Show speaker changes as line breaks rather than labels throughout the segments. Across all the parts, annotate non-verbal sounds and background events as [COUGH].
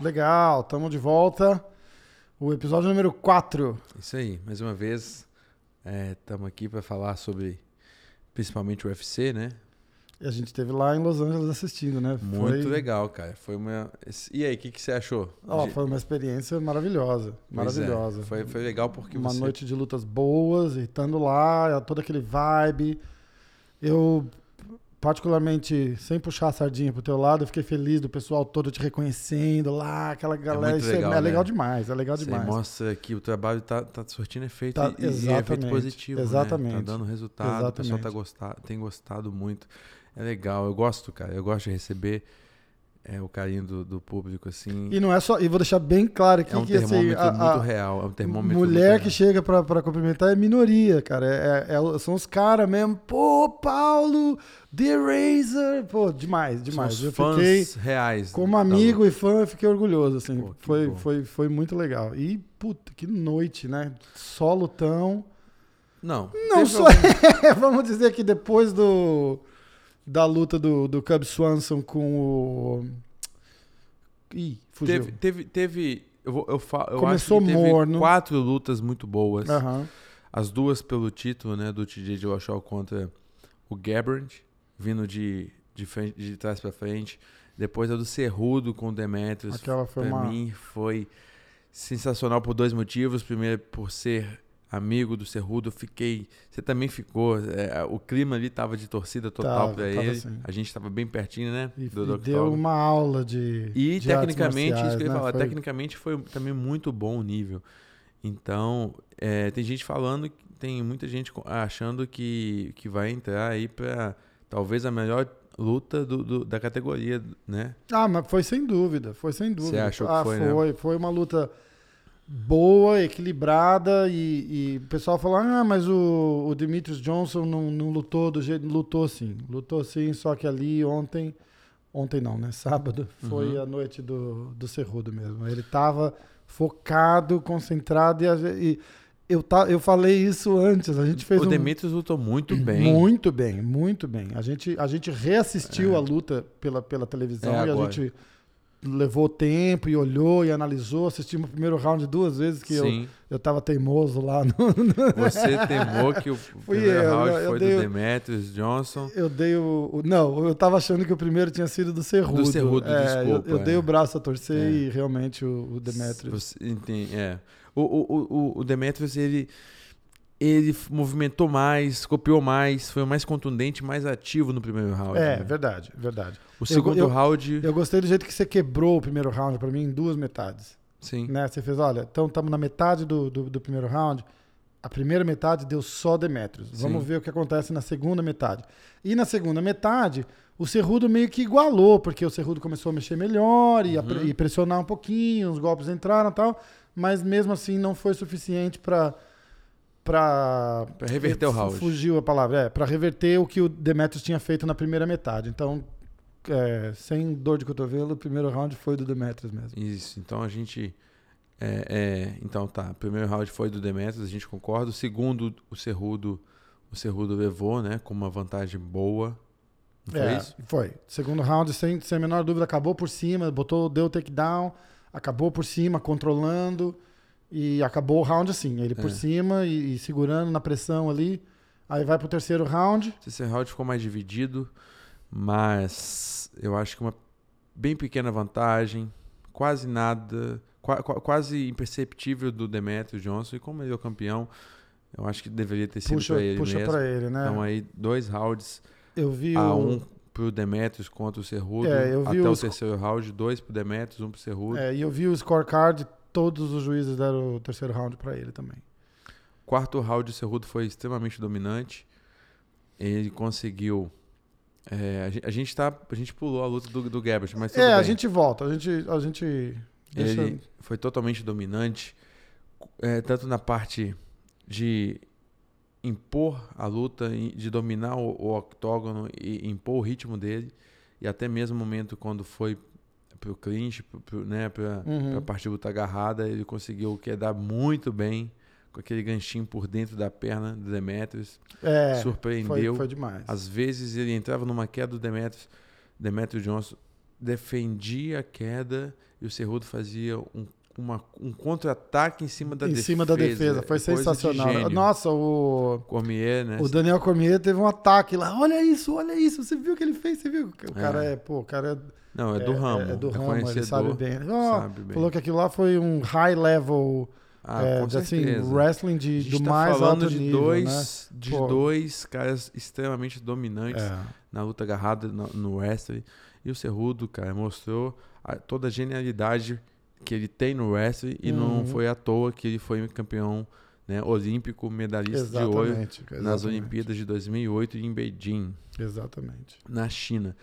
Legal, estamos de volta. O episódio número 4.
Isso aí, mais uma vez, estamos aqui para falar sobre principalmente o UFC, né?
E a gente teve lá em Los Angeles assistindo, né?
Muito legal, cara. Foi uma. E aí, o que, que você achou?
Ó, foi uma experiência maravilhosa.
Pois é,
Maravilhosa.
Foi, foi legal porque
uma
você.
noite de lutas boas, e estando lá, todo aquele vibe. Eu, particularmente, sem puxar a sardinha pro teu lado, eu fiquei feliz do pessoal todo te reconhecendo lá, aquela galera.
muito
Isso
legal,
é,
né?
é legal demais, é legal
você
demais.
mostra que o trabalho tá, tá surtindo efeito
Tá-
e, e é efeito
exatamente,
positivo. né?
exatamente.
Tá dando resultado, o pessoal tá
Exatamente.
gostar, tem gostado muito. É legal, eu gosto, cara. Eu gosto de receber é, o carinho do, do público, assim.
E não é só. E vou deixar bem claro aqui
é um
que assim,
termômetro
a- a-
muito real. É um termômetro
Mulher
muito
que
real.
chega pra, pra cumprimentar é minoria, cara. É- é- é- são os caras mesmo. Pô, Paulo, The Razor. Pô, demais, demais.
São
eu
os fãs
fiquei,
reais.
como
da
amigo e fã, eu fiquei orgulhoso, assim.
Pô, que
foi,
bom.
foi, foi muito legal. E, puta, que noite, né? Só lutão.
Não.
Não
teve
só é, vamos dizer que depois do da luta do, do Cub Swanson com o... Ih, [LAUGHS] fugiu.
Teve, teve, teve- eu, vou- eu, fa- eu
Começou
acho que teve
morno.
quatro lutas muito boas.
Aham.
As duas pelo título, né, do TJ Dillashaw contra o Gabbard, vindo de, de, frente- de trás pra frente. Depois a do Cerrudo com o Demetrius.
Aquela foi
pra
uma-
mim foi sensacional por dois motivos. Primeiro, por ser amigo do Cerrudo, eu fiquei... Você também ficou... é, o clima ali tava de torcida total
Tava,
pra
tava
ele.
sim.
A gente tava bem pertinho, né?
E,
do- do
e deu
octógono.
uma aula de
E
de artes
tecnicamente, isso que eu
marciais,
ia
né?
falar,
Foi-
tecnicamente foi também muito bom o nível. Então, é, tem gente falando, que- tem muita gente co- achando que, que vai entrar aí pra talvez a melhor luta do, do- da categoria, né?
Ah, mas foi sem dúvida, foi sem dúvida.
achou que
ah,
foi, né?
foi, foi uma luta boa, equilibrada e, e o pessoal falou, ah, mas o, o Demetrius Johnson não, não lutou do jeito, lutou sim, lutou sim, só que ali ontem, ontem não, né, sábado,
Uhum.
foi a noite do, do Cerrudo mesmo. Ele tava focado, concentrado e, a ge- e eu, ta, eu falei isso antes, a gente fez
o
um...
Demetrius lutou
[CLEARS THROAT]
muito bem.
Muito bem, muito bem. A gente, a gente reassistiu a luta pela, pela televisão
É,
e a
agora.
gente levou tempo e olhou e analisou. Assistimos o primeiro round duas vezes que eu,
Sim,
eu tava teimoso lá. No, [LAUGHS]
você temou que o primeiro
eu,
round
eu
foi
dei o-
do Demetrius Johnson.
eu dei o, o- Não, eu tava achando que o primeiro tinha sido do Cerrudo.
Do Cerrudo,
É,
desculpa,
Eu, eu dei
é.
o braço a torcer
É.
e realmente o, o Demetrius.
Você entende, é. O, o, o- o, o Demetrius, ele, ele f- movimentou mais, copiou mais, foi mais contundente, mais ativo no primeiro round.
É,
né?
verdade, verdade.
O segundo
eu-
round,
Eu gostei do jeito que você quebrou o primeiro round pra mim em duas metades.
sim.
né? Você fez, olha, então estamos na metade do, do, do primeiro round. A primeira metade deu só Demetrius. Vamos
Sim.
ver o que acontece na segunda metade. E na segunda metade, o Cerrudo meio que igualou, porque o Cerrudo começou a mexer melhor e, a
Uhum.
pre- e pressionar um pouquinho, os golpes entraram e tal, mas mesmo assim não foi suficiente para para
Pra reverter o round.
Fugiu a palavra, é, para reverter o que o Demetrius tinha feito na primeira metade. Então, é, sem dor de cotovelo, o primeiro round foi do Demetrius mesmo.
Isso, então a gente... É, é, então tá, o primeiro round foi do Demetrius, a gente concorda. O segundo, o Cerrudo, o Cerrudo levou, né, com uma vantagem boa. Não foi
É,
isso?
foi. Segundo round, sem, sem a menor dúvida, acabou por cima, botou, deu o takedown, acabou por cima, controlando. E acabou o round assim. Ele
É.
por cima e, e segurando na pressão ali. Aí vai pro terceiro round.
Esse round ficou mais dividido, mas eu acho que uma bem pequena vantagem, quase nada, qua- qua- quase imperceptível do Demetrio Johnson. E como ele é o campeão, eu acho que deveria ter sido
puxa
pra ele
puxa
mesmo.
pra ele, né?
Então aí dois rounds
eu vi
a
o.
um pro Demetrius contra o Cerrudo,
É, eu vi
até o
os-
terceiro round, dois pro Demetrius, um pro Cerrudo.
é, e eu vi o scorecard, todos os juízes deram o terceiro round pra ele também.
Quarto round, o Cerrudo foi extremamente dominante. Ele conseguiu. é, a, gente, a gente tá, a gente pulou a luta do, do Gabbert, mas tudo
é, a
bem.
gente volta, a gente. A gente deixa...
Ele foi totalmente dominante, é, tanto na parte de impor a luta, e- de dominar o, o octógono e impor o ritmo dele. E até mesmo o momento quando foi pro clinch, pro, pro, né, pra,
Uhum.
pra parte de luta agarrada, ele conseguiu quedar muito bem com aquele ganchinho por dentro da perna do Demetrius.
É,
surpreendeu.
foi, foi demais.
Às vezes ele entrava numa queda do Demetrius, Demetrius Johnson defendia a queda e o Cerrudo fazia um, uma- um contra-ataque em cima da
em
defesa. É
cima da defesa, foi
Coisa de
sensacional.
gênio.
Nossa, o,
Cormier, né?
o Daniel Cormier teve um ataque lá. Olha isso, olha isso. Você viu o que ele fez? Você viu? O cara é, pô, o cara é
Não, é do ramo.
É, do ramo, ele
conhecedor,
sabe bem. Ele, ó,
sabe bem.
Falou que aquilo lá foi um high level
Ah,
é,
com
de, assim,
certeza.
wrestling
a
de,
gente
do
tá
mais
falando
alto
de
nível, né?
dois, de
Pô.
dois caras extremamente dominantes
né?
na luta agarrada no, no wrestling. E o Cerrudo, cara, mostrou a- toda a genialidade que ele tem no wrestling e
Uhum.
não foi à toa que ele foi um campeão né, olímpico,
É,
medalhista de ouro
exatamente.
nas
exatamente,
Olimpíadas de 2008 em Beijing,
Exatamente.
na China.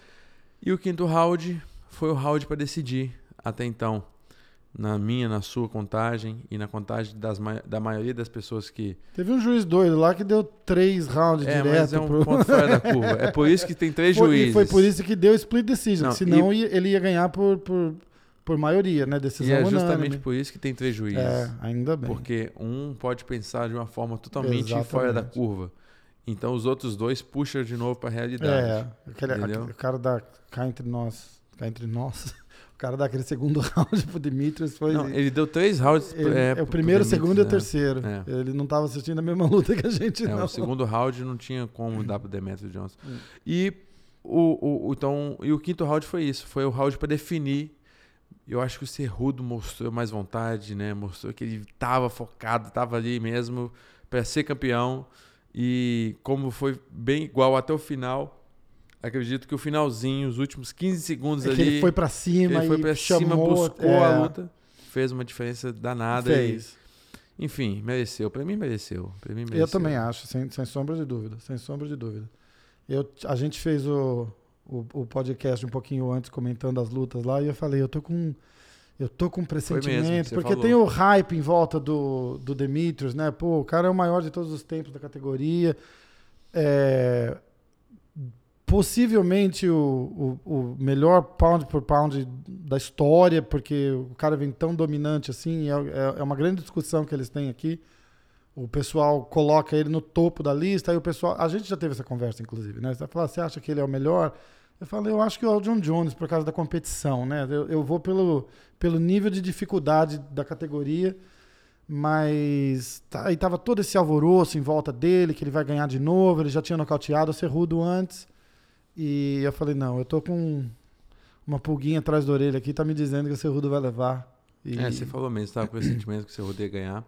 E o quinto round foi o round para decidir até então. Na minha, na sua contagem e na contagem das, ma- da maioria das pessoas que
Teve um juiz doido lá que deu três rounds
É,
direto
mas é um
pro...
ponto fora da curva. É por isso que tem três
Foi-
juízes.
E foi por isso que deu split decision.
Não,
senão ia- ele ia ganhar por, por, por maioria, né?
E
Decisão
é
unânime.
justamente por isso que tem três juízes.
É, ainda bem.
Porque um pode pensar de uma forma totalmente fora da
Exatamente.
curva. Então os outros dois puxam de novo para a realidade.
É, aquele,
Entendeu?
aquele- o cara da cá entre nós, cá entre nós, [LAUGHS] o cara daquele segundo [LAUGHS] round pro Demetrius foi
Não, ele deu três rounds.
é. ele-
é,
é,
pro-
o
pro
primeiro, o
Demetrius,
segundo e o
né?
terceiro.
É.
Ele não tava assistindo a mesma [LAUGHS] luta que a gente
É,
não.
o segundo round não tinha
[LAUGHS]
como dar pro Demetrius Johnson.
Hum.
E o, o- o- então, e o quinto round foi isso. Foi o round para definir. Eu acho que o Cerrudo mostrou mais vontade, né? Mostrou que ele tava focado, tava ali mesmo para ser campeão. E como foi bem igual até o final, acredito que o finalzinho, os últimos 15 segundos
É que
ali,
ele foi pra
ele
cima
foi
e
pra cima,
chamou,
buscou
é,
a luta, é fez uma diferença danada. E,
Fez.
enfim, mereceu. Para mim mereceu. Pra mim mereceu.
Eu também acho, sem, sem sombra de dúvida, sem sombra de dúvida. Eu, a gente fez o, o, o podcast um pouquinho antes comentando as lutas lá e eu falei, eu tô com eu tô com um
mesmo,
pressentimento,
você
porque
falou.
tem o hype em volta do, do Demetrius, né? Pô, o cara é o maior de todos os tempos da categoria. É, possivelmente o, o, o melhor pound por pound da história, porque o cara vem tão dominante assim, e é, é- é uma grande discussão que eles têm aqui. O pessoal coloca ele no topo da lista, aí o pessoal. A gente já teve essa conversa, inclusive, né? Você vai falar, você acha que ele é o melhor? Eu falei, eu acho que é o John Jones, por causa da competição, né? Eu, eu vou pelo, pelo nível de dificuldade da categoria, mas tá- aí tava todo esse alvoroço em volta dele, que ele vai ganhar de novo, ele já tinha nocauteado o Cerrudo antes. E eu falei, não, eu tô com uma pulguinha atrás da orelha aqui, tá me dizendo que o Cerrudo vai levar. E
É, você falou mesmo, estava com esse sentimento que o Cerrudo ia ganhar.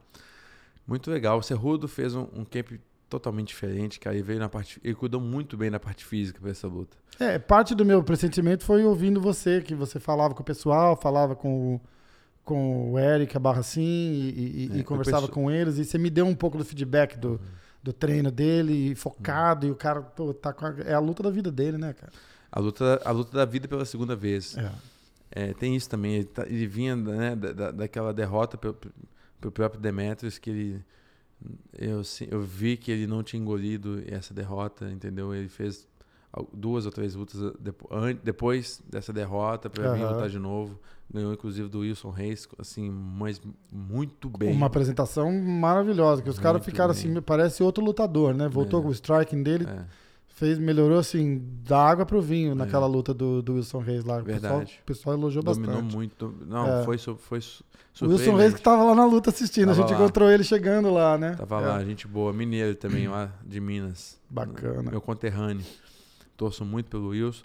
Muito legal. O Cerrudo fez um, um camp totalmente diferente, cara. Ele veio na parte. Ele cuidou muito bem da parte física para essa luta.
É, parte do meu pressentimento foi ouvindo você, que você falava com o pessoal, falava com o, com o Eric, a barra sim, e, e- e
É, o
conversava
pessoal- Uhum.
com eles, e você me deu um pouco do feedback do, do treino dele, e focado, e o cara pô, tá com a, é a luta da vida dele, né, cara?
A luta, a luta da vida pela segunda vez.
É.
É, tem isso também. Ele, tá- ele vinha né, da, da- daquela derrota pro, pro próprio Demetrius, que ele. Eu, se- eu vi que ele não tinha engolido essa derrota, entendeu? Ele fez al- duas ou três lutas eh, depo- an- depois dessa derrota para vir
Aham.
lutar de novo. Ganhou, inclusive, do Wilson Reis, assim, mas muito bem.
Uma apresentação maravilhosa, que os caras
Muito
ficaram
bem.
assim, me parece outro lutador, né? Voltou
É.
com o striking dele,
É,
fez, melhorou assim, da água pro vinho naquela luta do, do Wilson Reis lá. O pessoal-
Verdade.
O pessoal, elogiou
dominou
bastante.
muito. Não,
É.
foi, su- foi su-
O Wilson Reis que
surpreendente.
tava lá na luta assistindo, a
né? Tava
gente
lá.
encontrou ele chegando lá, né?
Tava
É,
lá, gente boa. Mineiro também, lá de Minas.
Bacana.
Meu conterrâneo. Torço muito pelo Wilson.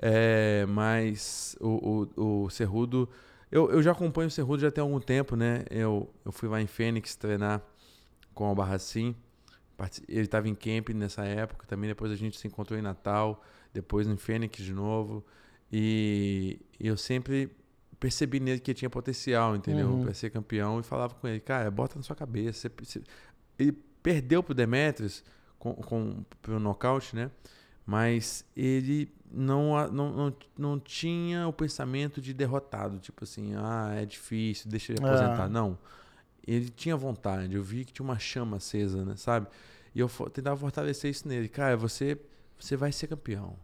É, mas o, o, o Cerrudo. Eu, eu já acompanho o Cerrudo já tem algum tempo, né? Eu, eu fui lá em Fênix treinar com o Barracim. Partici- Ele estava em camp nessa época também. Depois a gente se encontrou em Natal. Depois em Fênix de novo. E eu sempre percebi nele que ele tinha potencial, entendeu?
Uhum.
Pra ser campeão. E falava com ele, cara, bota na sua cabeça. Você- você- Ele perdeu pro Demetrius com, com, pro nocaute, né? Mas ele não, a- não, não, não tinha o pensamento de derrotado, tipo assim, ah, é difícil, deixa ele
É.
aposentar. Não. Ele tinha vontade, eu vi que tinha uma chama acesa, né, sabe? E eu fo- tentava fortalecer isso nele. Cara, você, você vai ser campeão.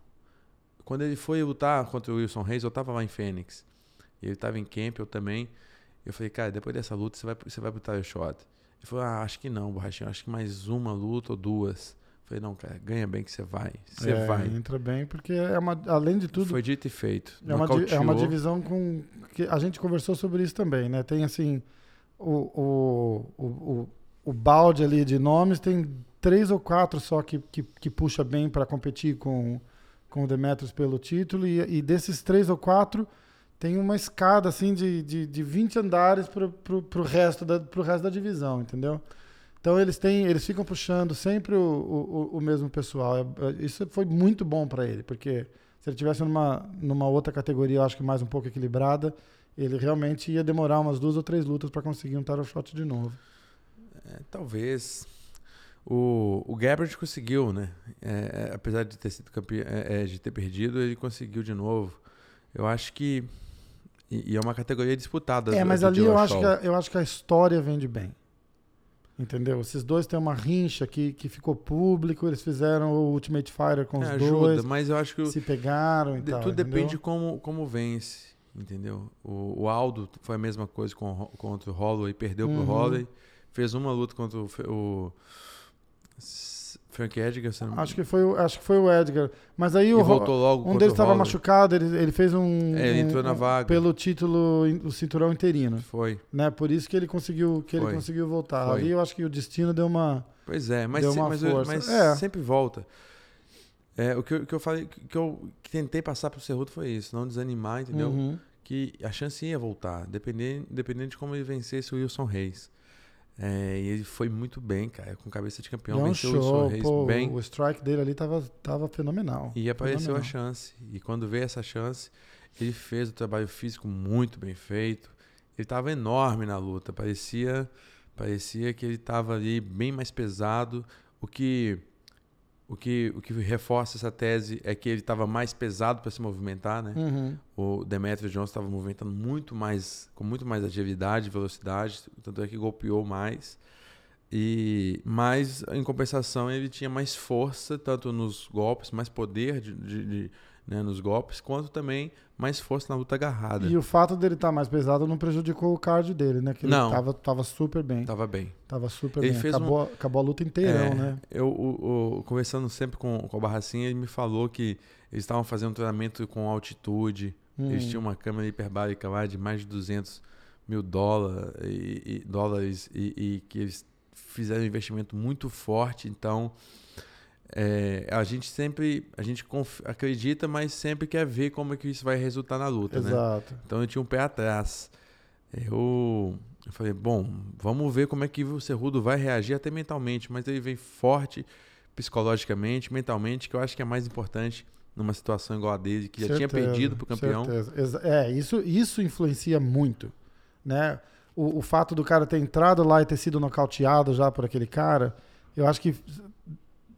Quando ele foi lutar contra o Wilson Reis, eu tava lá em Fênix. E ele tava em camp, eu também. Eu falei, cara, depois dessa luta você vai, você vai pro title shot. Ele falou, ah, acho que não, borrachinho. Acho que mais uma luta ou duas. Eu falei, não, cara, ganha bem que você vai. Você
É,
vai.
Entra bem, porque é uma, além de tudo,
Foi dito e feito.
É uma, di- é uma
Nocauteou.
divisão com. Que a gente conversou sobre isso também, né? Tem assim. O, o, o, o, o balde ali de nomes tem três ou quatro só que, que, que puxa bem para competir com, com o Demetrius pelo título. E, e desses três ou quatro tem uma escada assim de, de, de 20 andares pro, pro, pro, resto da, pro resto da divisão, entendeu? Então eles têm, eles ficam puxando sempre o, o, o- o mesmo pessoal. É- é- Isso foi muito bom para ele, porque se ele tivesse numa, numa outra categoria, eu acho que mais um pouco equilibrada, ele realmente ia demorar umas duas ou três lutas para conseguir um title shot de novo.
É, talvez. O, o Gabbard conseguiu, né? É, é, apesar de ter sido campeão, de ter perdido, ele conseguiu de novo. Eu acho que. E, e é uma categoria disputada.
É,
do-
mas
do
ali eu
Dillashaw.
acho, que a, eu acho que a história vende bem. Entendeu? Esses dois têm uma rincha que, que ficou público, eles fizeram o Ultimate Fighter com os
É, ajuda,
dois,
mas eu acho que o-
se pegaram e
de-
tal.
tudo
entendeu?
depende de como, como vence, entendeu? O, o Aldo foi a mesma coisa com, o Ho- contra o Holloway, perdeu
Uhum.
pro Holloway, fez uma luta contra o, Fe- o S- Frank Edgar, se eu não me
Acho que foi, o- acho que foi o Edgar. Mas aí
e
o, Ro-
voltou logo
Um
contra
deles
o
estava
Holloway.
machucado, ele, ele fez um.
É, ele
um-
entrou na
um-
vaga.
Pelo título, in- o cinturão interino.
Foi.
Né? Por isso que ele conseguiu, que ele
Foi.
conseguiu voltar.
Foi.
Ali eu acho que o destino deu uma.
Pois é, mas,
Deu
se-
uma
mas eu-
força.
mas
É.
sempre volta. É, o que eu, que eu falei, que eu tentei passar pro Cerruto foi isso, não desanimar, entendeu?
Uhum.
Que a chance ia voltar, dependendo, dependendo de como ele vencesse o Wilson Reis. É, e ele foi muito bem, cara, com cabeça de
Deu
campeão,
um
venceu o Wilson
show.
Reis
Pô,
bem.
O strike dele ali tava, tava fenomenal.
E apareceu
Fenomenal.
a chance. E quando veio essa chance, ele fez o trabalho físico muito bem feito. Ele estava enorme na luta. Parecia, parecia que ele estava ali bem mais pesado. O que, o que, o que reforça essa tese é que ele estava mais pesado para se movimentar, né?
Uhum.
O Demetrio Johnson estava movimentando muito mais, com muito mais agilidade, velocidade, tanto é que golpeou mais. E mas em compensação ele tinha mais força tanto nos golpes, mais poder de, de- de- né, nos golpes, quanto também mais força na luta agarrada.
E o fato dele estar mais pesado não prejudicou o card dele, né? Que
Não.
ele tava, tava super bem.
Tava bem.
Tava super
Ele
bem.
fez um-
Acabou, a- acabou a luta inteirão,
É,
né?
Eu, o- o- conversando sempre com, com o Barracinha, ele me falou que eles estavam fazendo um treinamento com altitude, Eles
Hum.
tinham uma câmera hiperbárica lá de mais de 200 mil dólar, e, e- dólares e, e que eles fizeram um investimento muito forte. Então, é, a gente sempre a gente conf- acredita, mas sempre quer ver como é que isso vai resultar na luta, né?
Exato.
Então eu tinha um pé atrás. Eu, eu falei, bom, vamos ver como é que o Cerrudo vai reagir até mentalmente, mas ele vem forte psicologicamente, mentalmente, que eu acho que é mais importante numa situação igual a dele, que já tinha
Certeza,
perdido pro campeão.
certeza. Exa- É, isso, isso influencia muito, né? O, o fato do cara ter entrado lá e ter sido nocauteado já por aquele cara, eu acho que f-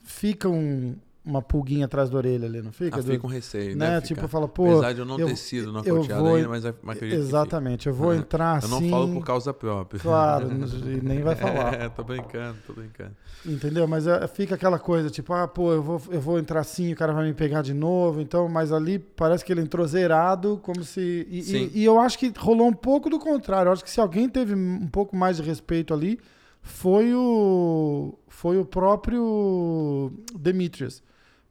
fica um- uma pulguinha atrás da orelha ali, não
Ah,
fica? Do-
fica com receio, né?
né?
Fica.
Tipo, fala, pô,
Apesar de eu não
eu-
ter sido
eu
nocauteado
vou-
ainda, mas eu acredito
exatamente, eu vou
Aham.
entrar
que fica. Uhum.
assim...
Eu não falo por causa própria. [LAUGHS]
Claro, e nem vai falar.
É, tô brincando, tô brincando.
Entendeu? Mas é, fica aquela coisa, tipo, ah, pô, eu vou, eu vou entrar assim, o cara vai me pegar de novo. Então, mas ali parece que ele entrou zerado, como se. E, e-
Sim.
e eu acho que rolou um pouco do contrário. Eu acho que se alguém teve um pouco mais de respeito ali, foi o. Foi o próprio Demetrius.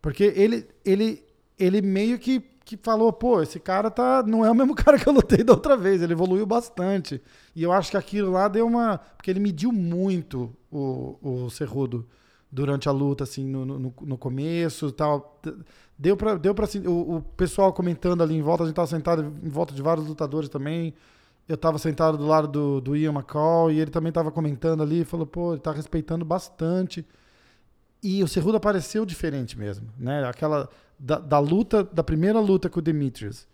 Porque ele, ele, ele meio que, que falou, pô, esse cara tá, não é o mesmo [LAUGHS] cara que eu lutei da outra vez, ele evoluiu bastante. E eu acho que aquilo lá deu uma. Porque ele mediu muito o, o Cerrudo durante a luta, assim, no, no, no começo e tal. Deu pra, deu pra sen- o, o pessoal comentando ali em volta, a gente tava sentado em volta de vários lutadores também. Eu tava sentado do lado do, do Ian McCall e ele também tava comentando ali, falou, pô, ele tá respeitando bastante. E o Cerrudo apareceu diferente mesmo, né? Aquela da, da luta, da primeira luta com o Demetrius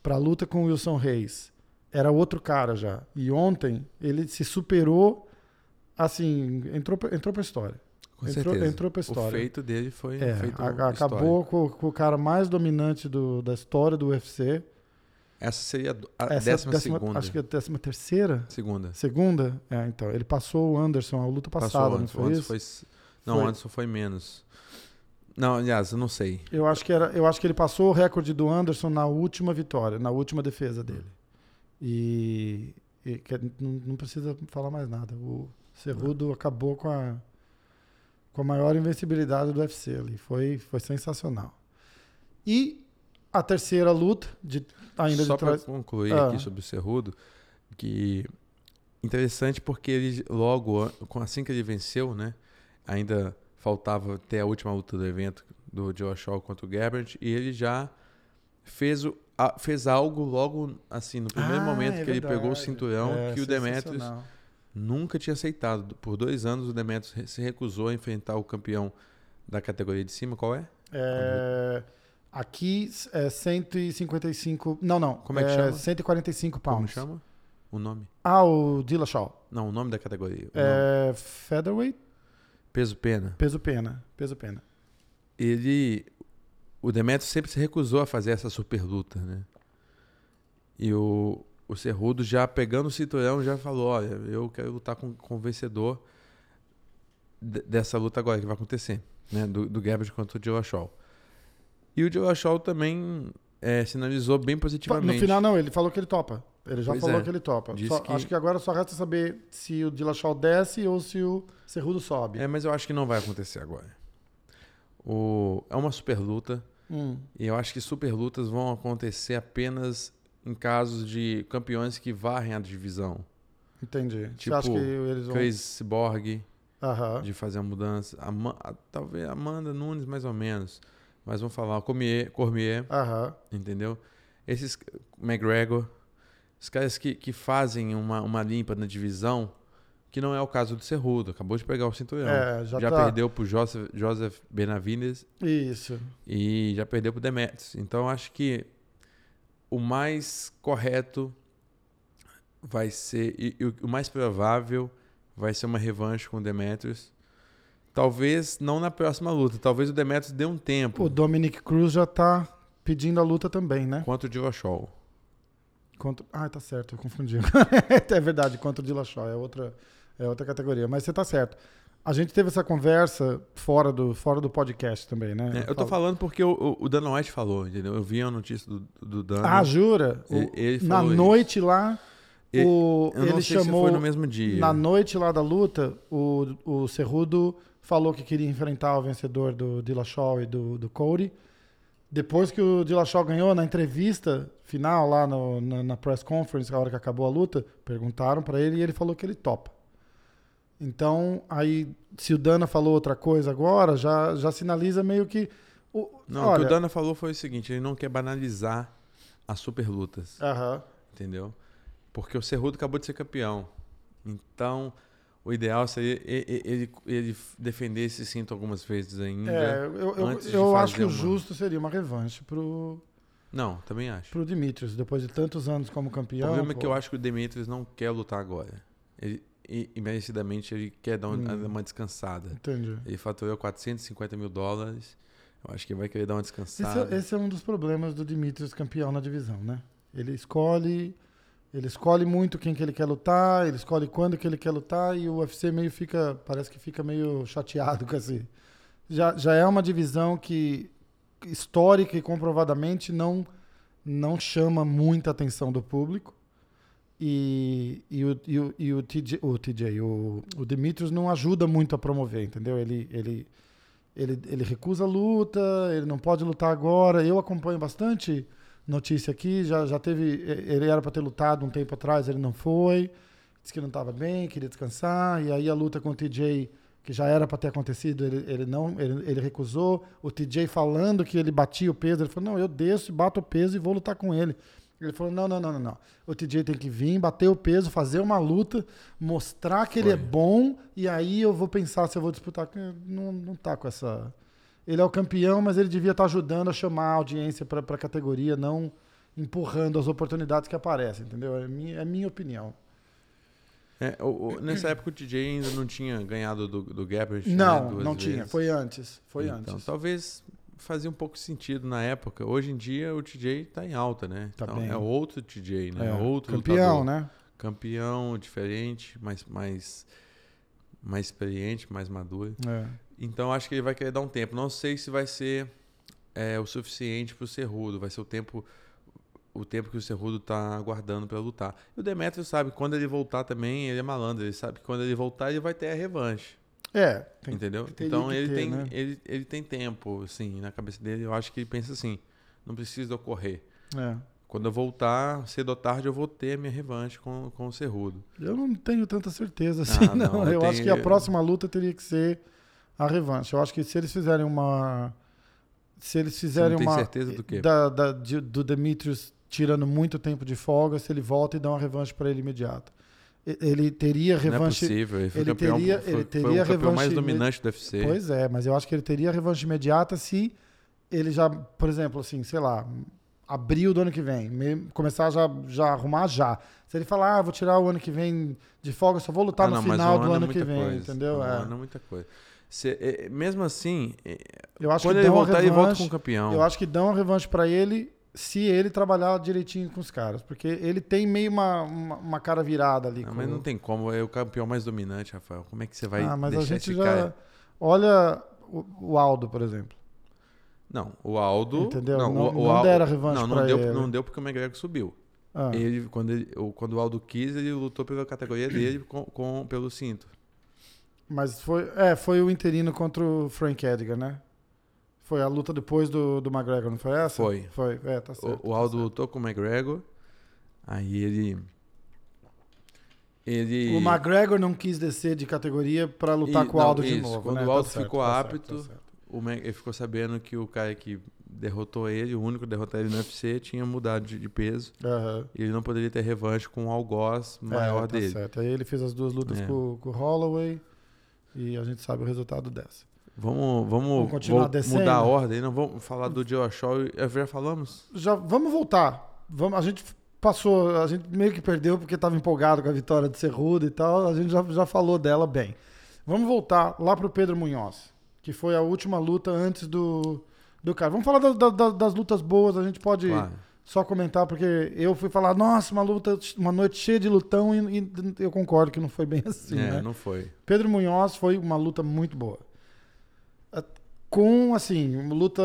pra luta com o Wilson Reis, era outro cara já. E ontem ele se superou, assim, entrou, pra- entrou pra história.
Com
Entrou-
certeza.
entrou pra
O
história.
feito dele foi
É,
um feito
a- a-
histórico.
acabou com, com o cara mais dominante do- da história do UFC.
Essa seria a do- a
Essa é a
décima, segunda.
Acho que é a décima terceira?
Segunda.
Segunda? É, então. Ele passou o Anderson a luta
Passou
passada,
antes.
não
O
foi
antes
isso?
foi, s- Não,
Foi.
Anderson foi menos. Não, aliás, eu não sei.
Eu acho, que era, eu acho que ele passou o recorde do Anderson na última vitória, na última defesa dele. E, e que- é, não, não precisa falar mais nada. O
É.
Cerrudo acabou com a, com a maior invencibilidade do UFC ali. Foi, foi sensacional. E a terceira luta, de, ainda
Só
de
para
trás.
concluir
Ah.
aqui sobre o Cerrudo, que interessante porque ele logo an- com- assim que ele venceu, né, ainda faltava ter a última luta do evento do Joshua contra o Gabbert e ele já fez o a- fez algo logo assim no primeiro
Ah,
momento
é
que ele pegou o
verdade.
cinturão
É,
que o Demetrius
sensacional.
nunca tinha aceitado. Por dois anos o Demetrius re- se recusou a enfrentar o campeão da categoria de cima. Qual é?
É,
Uhum.
aqui é 155. Não, não.
Como é que chama?
145 pounds.
Como chama? O nome?
Ah, o Dillashaw.
Não, o nome da categoria. o nome.
É, featherweight,
Peso pena.
peso pena, peso pena.
ele o Demetrius sempre se recusou a fazer essa super luta, né? E o, o Cerrudo já pegando o cinturão já falou, olha, eu quero lutar com, com o vencedor de- dessa luta agora que vai acontecer, né? Do, do Gabbard contra o Joe Shaw. E o Joe Shaw também eh, sinalizou bem
Tá, No
positivamente.
final não, ele falou que ele topa. Ele já
Pois
falou
é.
que ele topa.
Diz
Só-
que-
Acho que agora só resta saber se o Dillashaw desce ou se o Cerrudo sobe.
É, mas eu acho que não vai acontecer agora. O, é uma super luta.
Hum.
E eu acho que super lutas vão acontecer apenas em casos de campeões que varrem a divisão.
Entendi.
Tipo,
Você acha que eles vão...
Chris Cyborg,
Aham.
de fazer a mudança. Ama- a- talvez Amanda Nunes, mais ou menos. Mas vamos falar, Cormier, Cormier
Aham.
entendeu? Esses, McGregor, os caras que, que fazem uma, uma limpa na divisão, que não é o caso do Cerrudo, acabou de pegar o cinturão.
É, já,
Então, já
tá.
perdeu pro Joseph, Joseph Benavides
Isso.
e já perdeu pro Demetrius. Então eu acho que o mais correto vai ser e, e o o mais provável vai ser uma revanche com o Demetrius. Talvez não na próxima luta, talvez o Demetrius dê um
O
tempo
Dominic Cruz já tá pedindo a luta também, né?
contra o Dillashaw.
Contra... Ah, tá certo, eu confundi. [LAUGHS] é verdade, contra o Dillashaw, é outra, é outra categoria. Mas você tá certo. A gente teve essa conversa fora do, fora do podcast também, né?
É, eu tô
Fal-
falando porque o, o- o Dana White falou, entendeu? Eu vi a notícia do, do Dana.
Ah, jura? O-
ele, ele
na
falou isso.
noite lá,
E-
o,
Eu não
ele
sei se
chamou.
foi no mesmo dia.
na noite lá da luta, o, o Cerrudo falou que queria enfrentar o vencedor do Dillashaw e do, do Cody. Depois que o Dillashaw ganhou, na entrevista final lá no- na, na press conference, na hora que acabou a luta, perguntaram pra ele e ele falou que ele topa. Então, aí, se o Dana falou outra coisa agora, já, já sinaliza meio que. O,
Não, o
olha,
que o Dana falou foi o seguinte, ele não quer banalizar as super lutas.
Aham.
Entendeu? Porque o Cerrudo acabou de ser campeão. Então, o ideal seria e- e- ele, ele defender esse cinto algumas vezes ainda.
É, eu, eu,
antes de
eu acho
fazer
que o
uma-
justo seria uma revanche pro,
Não, também acho.
pro Dimitrios, depois de tantos anos como
O
campeão.
problema é
pô.
que eu acho que o Demetrius não quer lutar agora. Ele, e, e merecidamente ele quer dar um-
Hum.
uma descansada.
Entendi.
Ele faturou 450 mil dólares. Eu acho que ele vai querer dar uma
Esse,
descansada.
é- esse é um dos problemas do Dimitrios campeão na divisão, né? Ele escolhe, ele escolhe muito quem que ele quer lutar, ele escolhe quando que ele quer lutar e o UFC meio fica, parece que fica meio chateado com esse. Já, já é uma divisão que histórica e comprovadamente não não chama muita atenção do público. E, e, o, e, o, e o TJ, o, TJ o, o Dimitrios não ajuda muito a promover, entendeu? Ele, ele, ele, ele recusa a luta, ele não pode lutar agora. Eu acompanho bastante notícia aqui, já, já teve. e- Ele era para ter lutado um tempo atrás, ele não foi. Disse que não estava bem, queria descansar. E aí a luta com o TJ, que já era para ter acontecido, ele, ele não ele, ele recusou. O TJ falando que ele batia o peso, ele falou: não, eu desço, e bato o peso e vou lutar com ele. Ele falou: não, não, não, não, não. O TJ tem que vir, bater o peso, fazer uma luta, mostrar que ele é
Foi.
bom, e aí eu vou pensar se eu vou disputar. com ele." Não, não tá com essa. Ele é o campeão, mas ele devia estar ajudando a chamar a audiência para a categoria, não empurrando as oportunidades que aparecem, entendeu? É minha, é minha opinião.
É, o- o- nessa época o TJ ainda não tinha ganhado do, do Gabbert. né,
Não,
duas
não tinha.
vezes. tá
Foi antes. Foi antes.
Então, Talvez fazia um pouco de sentido na época. Hoje em dia o TJ tá em alta, né?
Tá
então
bem.
é outro TJ, né? É outro
campeão,
lutador.
né?
Campeão, diferente, mais mais mais experiente, mais maduro.
É.
Então acho que ele vai querer dar um tempo. Não sei se vai ser é, o suficiente para o Cerrudo. Vai ser o tempo o tempo que o Cerrudo tá aguardando para lutar. E o Demetrio sabe que quando ele voltar também, ele é malandro. Ele sabe que quando ele voltar, ele vai ter a revanche.
É, tem-
entendeu?
teria
Então
que
ele,
ter,
tem,
né?
ele, ele tem tempo, assim, na cabeça dele. Eu acho que ele pensa assim: não precisa ocorrer.
é.
Quando eu voltar, cedo ou tarde, eu vou ter a minha revanche com, com o Cerrudo.
Eu não tenho tanta certeza assim,
Ah,
[LAUGHS] não.
não, eu
Eu, acho
tenho-
que a próxima luta teria que ser a revanche. Eu acho que se eles fizerem uma. Se eles fizerem
Você não tem
uma.
certeza do quê?
Da, da- de- do Demetrius tirando muito tempo de folga, se ele volta e dá uma revanche para ele imediata. E- Ele teria
Não é
revanche.
possível. Ele foi
ele
campeão,
teria-
foi,
ele
foi
teria
o campeão mais
revanche imed-
dominante do UFC.
Pois é, mas eu acho que ele teria revanche imediata se ele já, por exemplo, assim, sei lá, abril do ano que vem, me- começar já, já arrumar já. Se ele falar, ah, vou tirar o ano que vem de folga, só vou lutar
Ah,
tá no
não, mas
final
um
do
é
ano que
muita
vem,
coisa.
entendeu?
Um
É.
ano é muita coisa. Cê- é, é, mesmo assim, é,
Eu acho
quando
que
ele
dão a
voltar, ele volta
revanche,
com o campeão.
Eu acho que dão a revanche pra ele se ele trabalhar direitinho com os caras, porque ele tem meio uma, uma, uma cara virada ali.
Ah,
com-
mas não tem como, é o campeão mais dominante, Rafael. Como é que você vai
Ah, mas a
deixar
gente
esse
já
cara?
olha o, o Aldo, por exemplo.
Não, o Aldo.
Entendeu?
Não,
Não-
o,
não
o Al-
deram a revanche
Não, não
pra
deu,
ele.
não deu porque o McGregor subiu.
Ah,
Ele, quando, ele, o, quando o Aldo quis, ele lutou pela categoria dele com, com- pelo cinto.
Mas foi, é, foi o interino contra o Frank Edgar, né? Foi a luta depois do, do McGregor, não foi essa?
Foi.
Foi, é, tá certo.
O, o Aldo lutou com o McGregor. Aí ele. Ele.
O McGregor não quis descer de categoria pra lutar
E-
com o Aldo
não,
de
isso.
novo.
Quando
né?
o
Tá
Aldo
certo,
ficou
tá certo,
apto,
tá certo.
o Mag- ele ficou sabendo que o cara que derrotou ele, o único que derrotou ele no UFC, tinha mudado de, de peso.
Aham.
E ele não poderia ter revanche com o algoz
É,
maior
tá
dele.
certo. Aí ele fez as duas lutas
É.
com, com o Holloway e a gente sabe o resultado dessa.
Vamos, vamos,
Vamos continuar
vou-
descendo?
mudar a ordem, não vamos falar do Joe Shaw. eh, Já falamos?
Já, vamos voltar. Vamos, a gente passou, a gente meio que perdeu porque estava empolgado com a vitória de Cerrudo e tal. A gente já, já falou dela bem. Vamos voltar lá pro Pedro Munhoz, que foi a última luta antes do, do cara. Vamos falar da- da- da- das lutas boas, a gente pode
Claro.
só comentar, porque eu fui falar, nossa, uma luta, uma noite cheia de lutão, e, e eu concordo que não foi bem [LAUGHS] assim,
é,
né?
não foi.
Pedro Munhoz foi uma luta muito boa. A- Com, assim, uma luta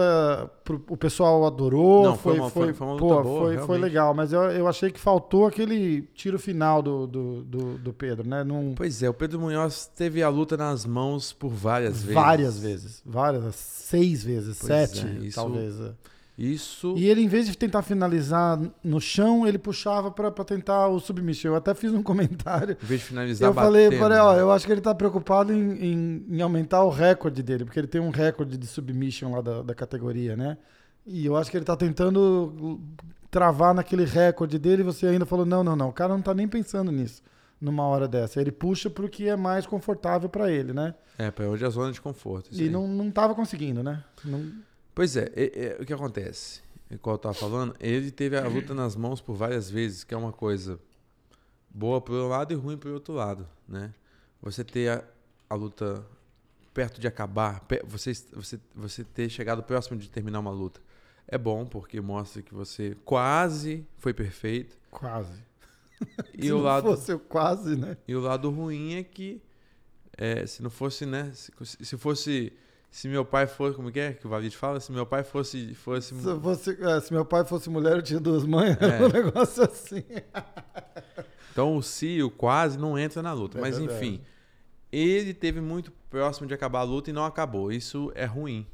pro, o pessoal adorou.
Não,
foi,
foi uma-
foi,
foi- foi uma
pô,
luta boa,
foi, foi
realmente.
legal, mas eu, eu achei que faltou aquele tiro final do, do, do, do Pedro, né? Num,
Pois é, o Pedro Munhoz teve a luta nas mãos por várias vezes.
várias vezes. Várias, seis vezes,
Pois
sete,
é, isso-
talvez. é.
Isso.
E ele, em vez de tentar finalizar no chão, ele puxava pra pra tentar o submission. Eu até fiz um [LAUGHS] comentário
Em vez de finalizar
Eu falei,
batendo.
falei, ó, eu acho que ele tá preocupado em, em- em aumentar o recorde dele, porque ele tem um recorde de submission lá da, da categoria, né? E eu acho que ele tá tentando travar naquele recorde dele e você ainda falou, não, não, não, o cara não tá nem pensando nisso numa hora dessa. Ele puxa pro que é mais confortável pra ele, né?
É, pra onde é a zona de conforto. isso
e
aí.
não, não tava conseguindo, né? Não-
Pois é, é- é, o que acontece? Igual eu tava falando, ele teve a luta nas mãos por várias vezes, que é uma coisa boa por um lado e ruim por outro lado, né? Você ter a, a luta perto de acabar, pe- você, est- você, você ter chegado próximo de terminar uma luta, é bom porque mostra que você quase foi perfeito.
quase.
E,
Se
o,
não
lado,
fosse o quase, né?
e o lado ruim é que é, se não fosse, né? Se, se fosse... Se meu pai fosse, como que é que o Valide fala? Se meu pai fosse, fosse
Se, eu fosse- é, se meu pai fosse mulher, eu tinha duas mães,
Hum.
[LAUGHS]
É.
era um negócio assim.
Então o Cio quase não entra na luta.
É
Mas
verdade.
enfim, ele teve muito próximo de acabar a luta e não acabou. Isso é ruim.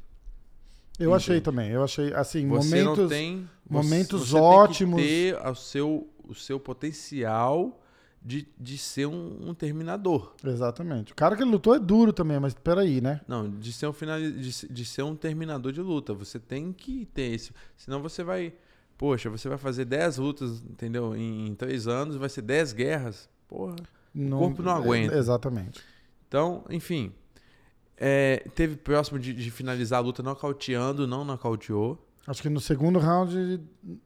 Eu achei também, eu achei, assim,
Você
momentos...
não tem você-
momentos
você tem que
ótimos.
ter o seu, o seu potencial de, de ser um, um terminador.
Exatamente. O cara que ele lutou é duro também, mas peraí, né?
Não, de ser um final, de, se- de ser um terminador de luta. Você tem que ter isso. Senão você vai, poxa, você vai fazer 10 lutas, entendeu? Em, em 3 anos vai ser 10 guerras. Porra. corpo não aguenta.
É, Exatamente.
Então, enfim. é, teve próximo de, de finalizar a luta nocauteando, não nocauteou.
Acho que no segundo round,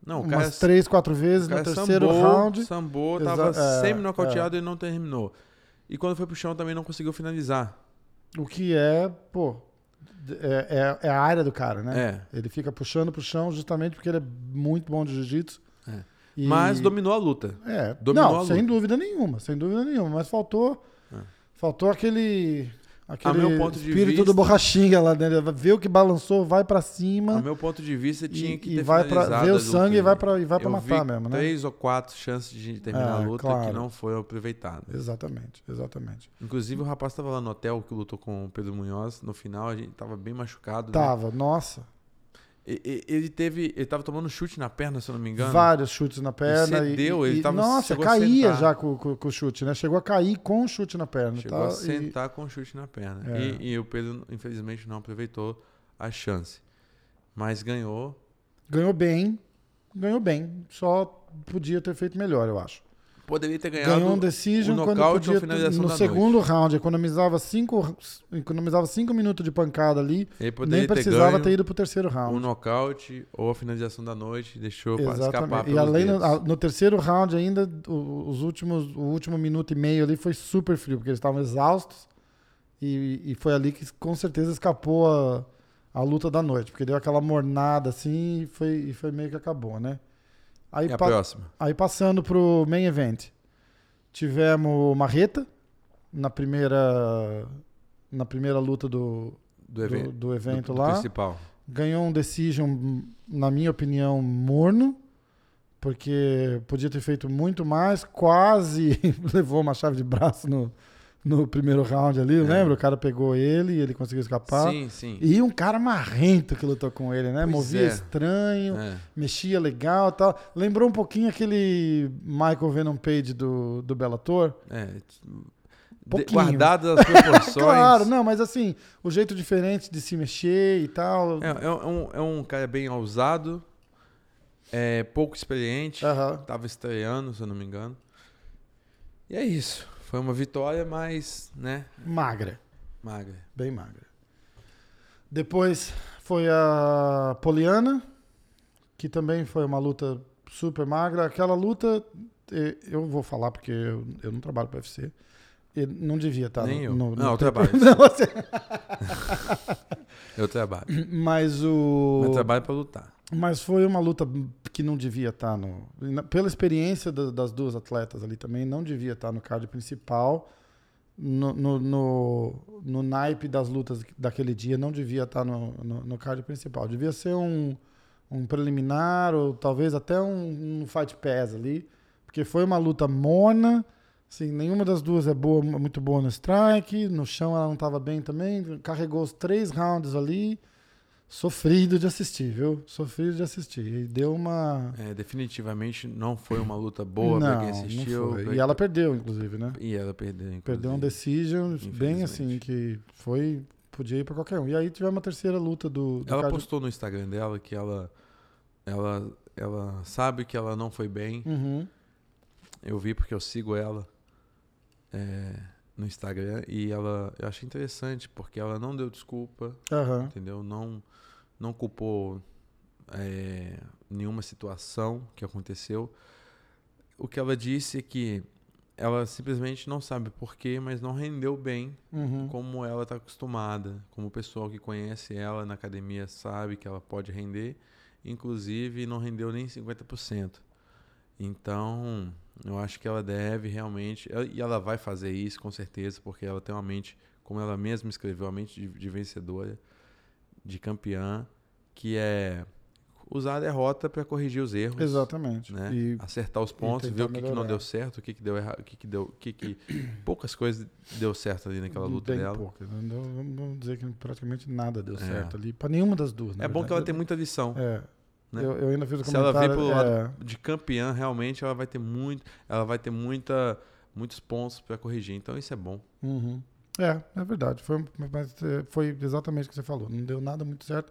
Não, o cara, é
umas três, quatro vezes.
o
No
cara é
terceiro
sambou,
round,
sambou,
Exa-
tava
é,
semi-nocauteado e não terminou. E quando foi pro chão também não conseguiu finalizar.
o que é, pô, é, é- é a área do cara, né?
É.
Ele fica puxando pro chão justamente porque ele é muito bom de jiu-jitsu.
É.
E-
Mas dominou a luta.
É,
dominou
não,
a
sem
luta.
dúvida nenhuma, sem dúvida nenhuma. Mas faltou,
É.
faltou aquele... Aquele
meu ponto de
espírito
vista-
do borrachinha lá dentro. Vê o que balançou, vai pra
Ao
cima
meu ponto de vista, tinha
e,
que
e
ter
vai pra
finalizado
ver
a
o
luta
sangue e
ali.
vai pra, e vai pra
Eu
matar
vi
mesmo, né?
Três ou quatro chances de terminar a
É,
luta que
claro.
não foram aproveitadas.
Exatamente, exatamente.
Inclusive, o rapaz tava lá no hotel que lutou com o Pedro Munhoz. No final, a gente tava bem machucado. né?
Tava, nossa.
E- e- ele teve. Ele tava tomando chute na perna, se eu não me engano.
Vários chutes na perna. e-
cedeu,
e,
ele tava-
Nossa,
chegou a
caía
sentar.
já com, com, com o chute, né? Chegou a cair com o chute na perna.
Chegou
tá?
a
E-
sentar com chute na perna.
É.
E, e o Pedro, infelizmente, não aproveitou a chance. Mas ganhou.
ganhou bem, ganhou bem. Só podia ter feito melhor, eu acho.
Poderia ter ganhado.
Ganhou um decision
um
quando
nocaute ou
podia,
finalização
no
da
segundo round, economizava cinco, economizava cinco minutos de pancada ali,
Ele
nem
poderia ter
precisava
ganho
ter ido pro terceiro
um
round.
nocaute ou a finalização da noite. Deixou pra escapar
Exatamente.
pelos
E além no,
dedos.
a- no terceiro round ainda, o- os últimos, o último minuto e meio ali foi super frio, porque eles estavam exaustos. E, e foi ali que com certeza escapou a, a luta da noite, porque deu aquela mornada assim e foi, e foi meio que acabou, né? Aí
E a
pa-
próxima?
Aí passando pro main event, tivemos o Marreta na primeira na primeira luta do,
Do
do,
evento.
do evento
do- do
lá.
principal.
Ganhou um decision, na minha opinião, morno, porque podia ter feito muito mais, quase [LAUGHS] levou uma chave de braço no, no primeiro round ali, lembra? O cara pegou ele e ele conseguiu escapar.
É. Sim, sim.
E um cara marrento que lutou com ele, né?
Pois
Movia
é.
estranho
É.
mexia legal e tal. Lembrou um pouquinho aquele Michael Venom Page do, do Bellator.
É. De,
Pouquinho.
guardadas
[LAUGHS]
as proporções.
Claro, não, mas assim, o jeito diferente de se mexer e tal.
É, é um, é um cara bem ousado, é pouco experiente,
Aham.
tava estreando, se eu não me engano. E é isso. Foi uma vitória, mas, né,
Magra,
magra.
bem magra. Depois foi a Poliana, que também foi uma luta super magra. Aquela luta, eh, eu vou falar porque eu, eu não trabalho para UFC. E não devia estar
Nem eu.
no, no-
não, eu
no-
trabalho.
[LAUGHS] Não, você-
Eu trabalho.
Mas o.
Eu trabalho pra lutar.
Mas foi uma luta que não devia estar no. na- Pela experiência da- das duas atletas ali também, não devia estar no card principal. No, no, no, no naipe das lutas daquele dia, não devia estar no, no, no card principal. Devia ser um, um preliminar ou talvez até um, um fight pass ali. Porque foi uma luta morna. Assim, nenhuma das duas é boa, muito boa no strike. No chão ela não estava bem também. Carregou os três rounds ali. Sofrido de assistir, viu? Sofrido de assistir. E deu uma.
É, definitivamente não foi uma luta boa pra quem tá assistiu.
foi.
pra-
E ela perdeu, inclusive, né?
E ela perdeu, inclusive.
Perdeu um decision bem
Infelizmente.
assim, que foi. Podia ir pra qualquer um. E aí tivemos uma terceira luta do. do
Ela
card-
postou no Instagram dela que ela, ela, ela sabe que ela não foi bem.
Uhum.
Eu vi porque eu sigo ela é, no Instagram e ela eu achei interessante porque ela não deu desculpa,
Aham.
entendeu? Não não culpou é, nenhuma situação que aconteceu. O que ela disse é que ela simplesmente não sabe porquê, mas não rendeu bem
Uhum.
como ela está acostumada, como o pessoal que conhece ela na academia sabe que ela pode render, inclusive não rendeu nem 50%. Então, eu acho que ela deve realmente, ela- e ela vai fazer isso com certeza, porque ela tem uma mente, como ela mesma escreveu, uma mente de, de vencedora, de campeã, que é usar a derrota para corrigir os erros
Exatamente.
né?
E
acertar os pontos,
tentar
ver o que, que não
melhorar.
deu certo, o que, que deu errado, o que, que deu. O que que... Poucas coisas deu certo ali naquela luta
bem
dela.
pouca, né? Não- Vamos dizer que praticamente nada deu
É.
certo ali. Pra nenhuma das duas, na
É bom que ela
verdade.
tem muita lição.
É.
né?
Eu, eu ainda fiz o
Se ela vir
comentário.
pelo
é,
lado de campeã, realmente ela vai ter muito. Ela vai ter muita, muitos pontos para corrigir. Então isso é bom.
Uhum. É, é verdade. Foi, mas é, foi exatamente o que você falou. Não deu nada muito certo.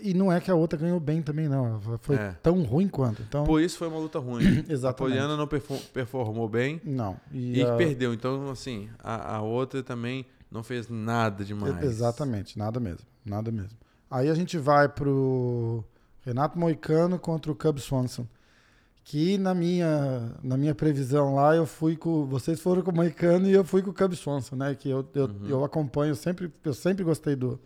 E não é que a outra ganhou bem também, não. Ela Foi
É.
tão ruim quanto. Então,
Por isso foi uma luta ruim. a
[CLEARS THROAT] exatamente.
Poliana não perfo- performou bem
Não. E,
e,
a-
perdeu. Então, assim, a, a outra também não fez nada demais.
Exatamente, nada mesmo. Nada mesmo. Aí a gente vai pro Renato Moicano contra o Cub Swanson. Que na minha, na minha previsão lá, eu fui com. Vocês foram com o Moicano e eu fui com o Cub Swanson, né? Que eu, eu, eu acompanho, sempre, eu sempre gostei do.
Uhum.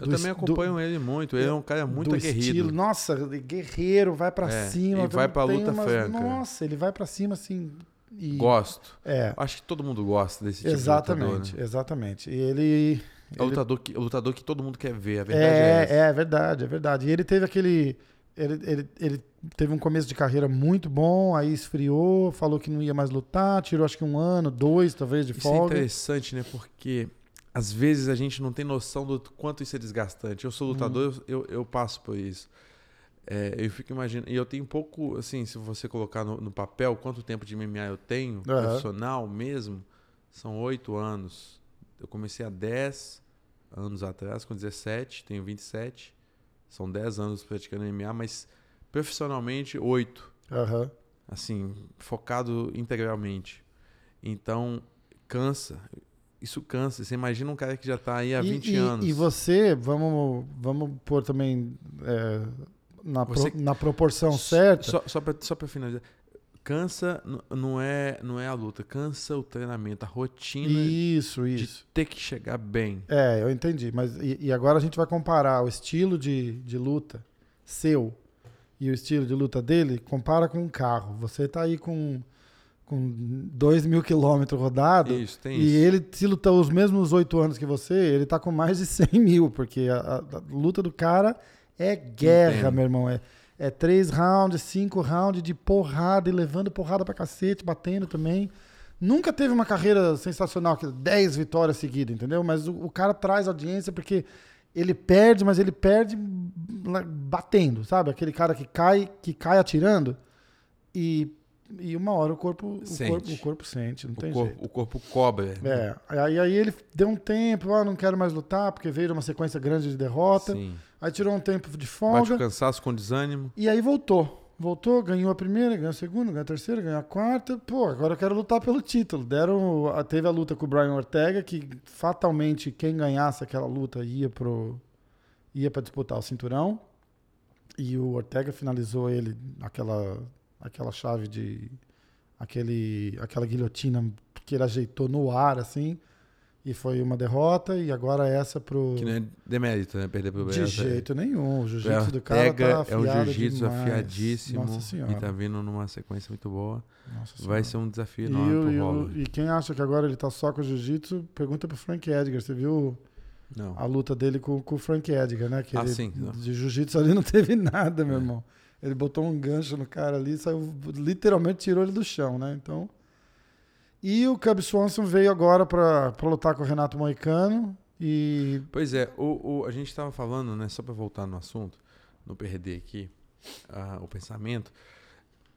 Eu
do
também
es- do-
acompanho ele muito. Ele é um cara muito
do
aguerrido.
estilo. Nossa, guerreiro, vai pra
É,
cima.
e vai pra
tem
luta franca.
Nossa, ele vai pra cima assim, e-
Gosto.
É,
Acho que todo mundo gosta desse tipo de
exatamente,
lutador. Né?
exatamente. E ele.
É o
ele-
lutador que, o lutador que todo mundo quer ver, a verdade é, essa.
É, é, verdade, é verdade. E ele teve aquele. Ele, ele, ele teve um começo de carreira muito bom, aí esfriou, falou que não ia mais lutar, tirou acho que um ano, dois talvez de
Isso
folga.
é interessante, né? Porque às vezes a gente não tem noção do quanto isso é desgastante. Eu
Uhum.
sou lutador, eu, eu passo por isso. É, eu fico imaginando. E eu tenho pouco, assim, se você colocar no, no papel quanto tempo de MMA eu tenho, profissional mesmo, são oito anos. Eu comecei há 10 anos atrás, com 17, tenho 27. São 10 anos praticando MMA, mas profissionalmente, oito
Aham.
assim, focado integralmente. Então, cansa. Isso cansa. Você imagina um cara que já tá aí há
E-
20
e,
anos.
E você, vamos, vamos pôr também é, na, pro-
Você-
na proporção certa.
Só, só, pra, só pra finalizar. Cansa n- não é, não é a luta, cansa o treinamento, a rotina
Isso,
né? de
isso.
ter que chegar bem.
É, eu entendi. Mas e, e agora a gente vai comparar o estilo de, de luta seu e o estilo de luta dele, compara com um carro. Você tá aí com, com 2 mil quilômetros rodado
Isso, tem
e
isso.
ele, se lutar os mesmos oito anos que você, ele tá com mais de 100 [LAUGHS] mil, porque a, a- a luta do cara é guerra,
Entendo.
meu irmão. É, é três rounds, cinco rounds de porrada e levando porrada pra cacete, batendo também. Nunca teve uma carreira sensacional, que 10 vitórias seguidas, entendeu? Mas o, o cara traz audiência porque ele perde, mas ele perde hum, lá batendo, sabe? Aquele cara que cai, que cai atirando e, e uma hora o corpo, o
Sente.
corpo, o corpo sente, não tem
o, corpo,
jeito.
o corpo cobra.
É, aí, aí ele deu um tempo, ah, não quero mais lutar, porque veio uma sequência grande de derrota.
Sim.
Aí tirou um tempo de
Bate o
folga
cansaço com desânimo.
e aí voltou. Voltou, ganhou a primeira, ganhou a segunda, ganhou a terceira, ganhou a quarta. Pô, agora eu quero lutar pelo título. Deram, a- teve a luta com o Brian Ortega, que fatalmente quem ganhasse aquela luta ia pro ia para disputar o cinturão. E o Ortega finalizou ele aquela aquela chave de aquele aquela guilhotina que ele ajeitou no ar assim. E foi uma derrota e agora essa pro
Que não é demérito, né? Perder pro
de
Brasil.
jeito nenhum. O jiu-jitsu do cara
Ortega
tá
é um
afiado
jiu-jitsu
demais.
afiadíssimo
Nossa
e
senhora.
tá vindo numa sequência muito boa.
Nossa
Vai
senhora.
ser um desafio
E,
enorme
o-
pro
e, o-
Holloway.
e quem acha que agora ele tá só com o jiu-jitsu, pergunta pro Frank Edgar. Você viu
Não.
a luta dele com, com o Frank Edgar, né? Que
Ah,
ele-
sim.
De jiu-jitsu ali não teve nada, meu
É.
irmão. Ele botou um gancho no cara ali e saiu, literalmente tirou ele do chão, né? Então. E o Cub Swanson veio agora pra, pra lutar com o Renato Moicano. E.
Pois é, o, o- a gente estava falando, né, só para voltar no assunto, não perder aqui ah, o pensamento,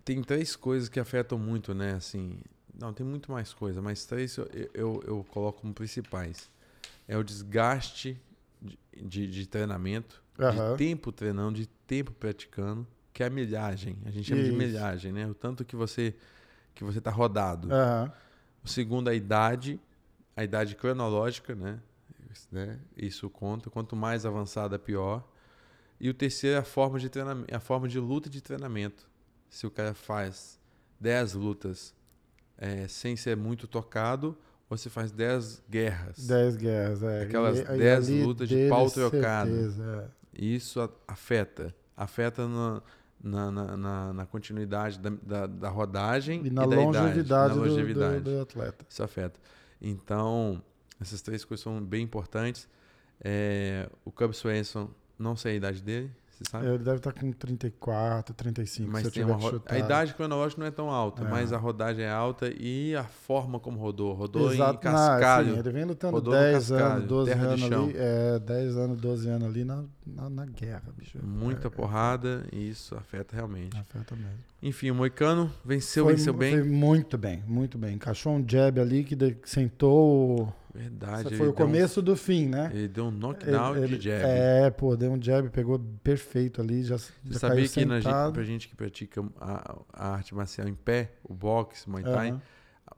tem três coisas que afetam muito, né, assim, não, tem muito mais coisa, mas três eu, eu, eu coloco como principais. É o desgaste de, de, de treinamento,
Aham.
de tempo treinando, de tempo praticando, que é a milhagem, a gente chama de
Isso.
milhagem, né, o tanto que você que você tá rodado.
Aham.
O segundo, a idade, a idade cronológica, né? Isso, né? Isso conta. Quanto mais avançada, pior. E o terceiro é a forma de treinamento, a forma de luta e de treinamento. Se o cara faz 10 lutas eh, sem ser muito tocado, ou se faz 10 guerras.
10 guerras, é.
Aquelas
E- e
10
ali
lutas de
dele,
pau trocado.
certeza, é.
E isso a- afeta. Afeta na, na, na- na- na continuidade da, da- da rodagem
E na
da
longevidade,
idade,
do-
na
do-
longevidade.
Do, atleta.
Isso afeta. Então, essas três coisas são bem importantes. É, o Cub Swanson, não sei a idade dele, você sabe?
Ele deve estar com 34, 35, se
Ah. mas
eu
tem
tiver
uma
É, que
ro-
chutar.
A idade cronológica não é tão alta,
É.
mas a rodagem é alta e a forma como rodou. Rodou
Exato.
em
Ah,
cascalho.
sim, ele vem lutando
Rodou no
10
cascalho,
anos, 12
terra de
anos ali.
chão.
É, 10 anos, 12 anos ali na, na, na guerra, bicho.
Muita porrada e isso afeta realmente.
É, afeta mesmo.
Enfim, o Moicano venceu,
Foi-
venceu bem.
foi muito bem, muito bem. Encaixou um jab ali que de- que sentou. o-
Verdade.
Esse
ele
foi o
deu um-
começo do fim, né?
ele deu um knockdown
Ele- ele-
de jab.
É, pô, deu um jab, pegou perfeito ali, já,
Você
já
sabia
caiu
que na gente,
sentado.
pra gente que pratica a, a arte marcial em pé, o boxe, Muay Thai,
Aham.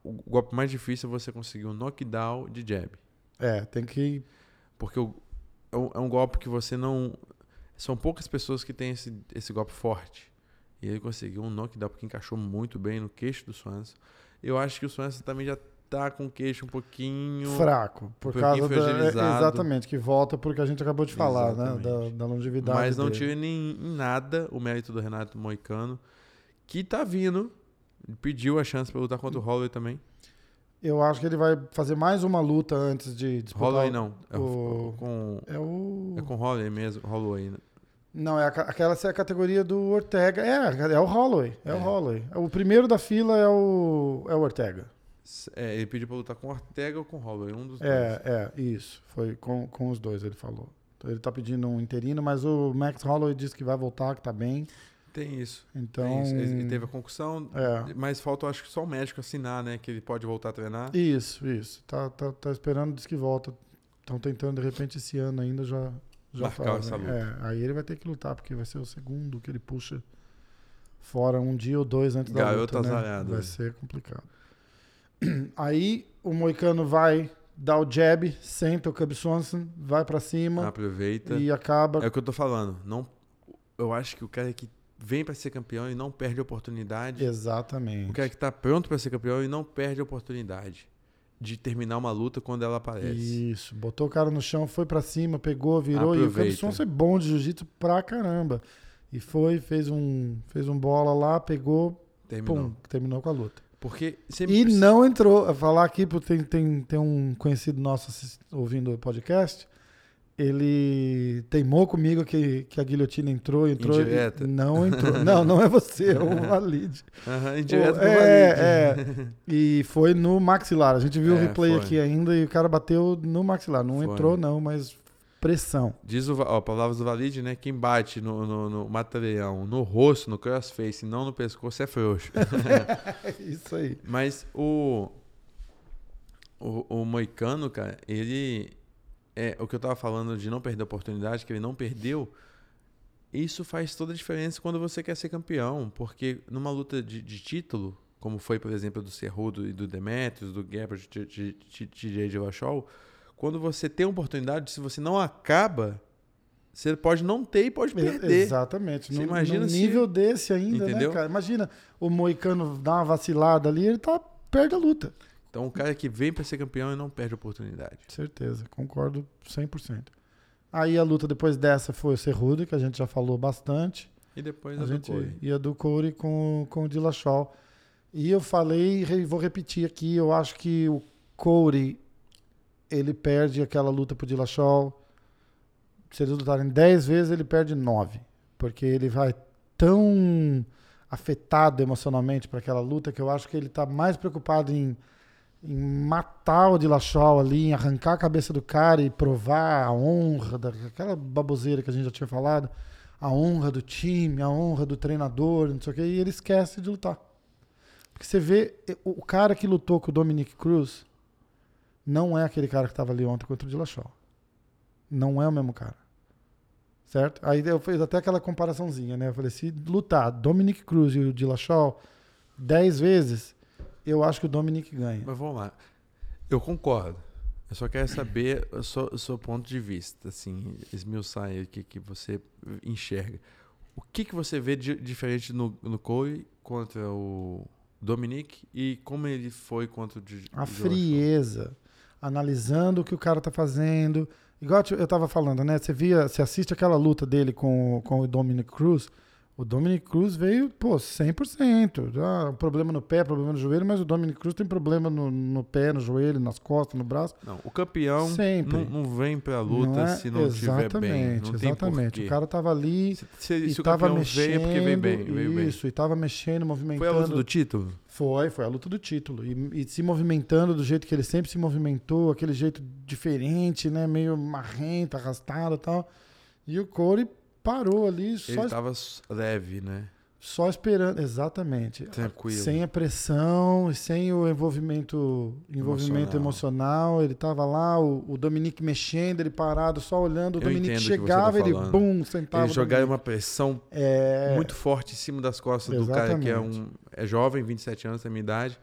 o golpe mais difícil é você conseguir um knockdown de jab.
É, tem que
Porque o- é um, é um golpe que você não. São poucas pessoas que têm esse, esse golpe forte. E ele conseguiu um knockdown porque encaixou muito bem no queixo do Swanson. Eu acho que o Swanson também já tá com o queixo um pouquinho.
fraco, por
pouquinho
causa da, é,
fragilizado.
exatamente que volta porque a gente acabou de falar, né, da,
Exatamente.
da longevidade.
Mas não
dele.
tira nem em nada o mérito do Renato Moicano, que tá vindo Ele pediu a chance pra lutar contra o Holloway também.
Eu acho que ele vai fazer mais uma luta antes de disputar.
Holloway
o-
não. É, o...
o-
com...
É o.
é com Holloway mesmo. Holloway. né?
Não, é a, ca- aquela é a categoria do Ortega. É, é o Holloway. É,
É.
o Holloway. O primeiro da fila é o, é o Ortega.
É, ele pediu pra lutar com Ortega ou com Holloway. Um dos dois.
É, é, isso. Foi com, com os dois, ele falou. Então, ele tá pedindo um interino, mas o Max Holloway disse que vai voltar, que tá bem.
Tem isso.
Então.
Tem isso. Ele teve a concussão.
É.
Mas falta, eu acho que só o médico assinar, né? Que ele pode voltar a treinar.
Isso, isso. Tá, tá, tá esperando, diz que volta. Estão tentando, de repente, esse ano ainda já. já
Marcar
fazem.
essa luta.
É, aí ele vai ter que lutar, porque vai ser o segundo que ele puxa fora um dia ou dois antes
Garoto
da luta. né?
azarado,
Vai
né?
ser complicado. Aí o Moicano vai dar o jab, senta o Cub Swanson, vai pra
Ah,
cima
Aproveita.
e acaba
É o que eu tô falando. Não, eu acho que o cara que vem pra ser campeão e não perde a oportunidade.
Exatamente.
O cara que tá pronto pra ser campeão e não perde a oportunidade de terminar uma luta quando ela aparece.
Isso, botou o cara no chão, foi pra cima, pegou, virou. E o
Aproveita.
Clemson é bom de jiu-jitsu pra caramba. E foi, fez um, fez um bola lá, pegou,
Terminou.
pum, terminou com a luta.
Porque sempre
E
precisa-
não entrou. Eu Falar aqui, porque tem, tem, tem um conhecido nosso assist- ouvindo o podcast. Ele teimou comigo que, que a guilhotina entrou, entrou. e-
Indireta.
Não entrou. Não, não
[LAUGHS]
é você, é o Valide.
Aham, indireto
O-
pro Valide.
é,
[LAUGHS]
é. E foi no maxilar. A gente viu o
É,
replay
foi.
aqui ainda e o cara bateu no maxilar. Não
Foi.
entrou, não, mas
[LAUGHS]
pressão.
Diz o, Va- ó, palavras do Valide, né? Quem bate no, no, no mataleão, no rosto, no crossface, e não no pescoço, é frouxo.
É isso aí.
Mas o, o. o Moicano, cara, ele. É, o que eu tava falando de não perder a oportunidade, que ele não perdeu. Isso faz toda a diferença quando você quer ser campeão. Porque numa luta de, de título, como foi, por exemplo, do Cerrudo e do Demetrius, do Gabriel de de- de- de Dillashaw, quando você tem uma oportunidade, se você não acaba, você pode não ter e pode perder.
Exatamente.
Você
Num,
imagina
num
se-
nível desse ainda,
Entendeu?
né, cara? Imagina o Moicano dar uma vacilada ali, ele tá perde a luta.
Então o cara que vem pra ser campeão e não perde a oportunidade.
Certeza, concordo 100%. Aí a luta depois dessa foi o Cerrudo, que a gente já falou bastante.
E depois
A
a, do
gente
Corey.
ia do Corey com, com o Dillashaw. E eu falei, e re- vou repetir aqui, eu acho que o Corey, ele perde aquela luta pro Dillashaw. Se eles lutarem 10 vezes, ele perde 9. Porque ele vai tão afetado emocionalmente para aquela luta que eu acho que ele tá mais preocupado em, em matar o Dillashaw ali, em arrancar a cabeça do cara e provar a honra, daquela baboseira que a gente já tinha falado a honra do time, a honra do treinador, não sei o quê, e ele esquece de lutar. Porque você vê, eh, o o cara que lutou com o Dominic Cruz não é aquele cara que estava ali ontem contra o Dillashaw. Não é o mesmo cara. Certo? Aí eu fiz até aquela comparaçãozinha, né? Eu falei, se lutar Dominic Cruz e o Dillashaw 10 vezes, eu acho que o Dominic ganha.
Mas vamos lá. Eu concordo. Eu só quero saber o seu, o seu ponto de vista, assim, esmiuçar aí o que, que você enxerga. O que, que você vê de, diferente no, no Corey contra o Dominic e como ele foi contra o Di- Dillashaw?
A frieza, analisando o que o cara tá fazendo. Igual eu te- eu tava falando, né? Você via, você assiste aquela luta dele com, com o Dominic Cruz. O Dominic Cruz veio, pô, 100%. Ah, problema no pé, problema no joelho, mas o Dominic Cruz tem problema no, no pé, no joelho, nas costas, no braço.
Não, o campeão
Sempre.
não, não vem pra Então, luta
é?
se não estiver bem. Não tem
exatamente.
porquê.
O cara tava ali
se, se-
e
se o
tava
campeão
mexendo.
veio é porque veio bem. Veio bem.
isso, e tava mexendo,
Foi a
movimentando.
luta do título?
Foi, foi a luta do título. E, e se movimentando do jeito que ele sempre se movimentou, aquele jeito diferente, né? Meio marrento, arrastado e tal. E o Corey parou ali,
Ele tá
só,
tava s- leve, né?
só esperando. Exatamente.
Tranquilo.
Sem a pressão, e sem o envolvimento, envolvimento emocional. Ele tava lá, o, o Dominique mexendo, ele parado, só olhando. O
Eu
Dominique
entendo o que você
chegava,
tá
ele
falando.
bum, sentava.
Ele
o
jogar
Dominique.
uma pressão
É,
muito forte em cima das costas do cara que é um é jovem, 27 anos da minha idade.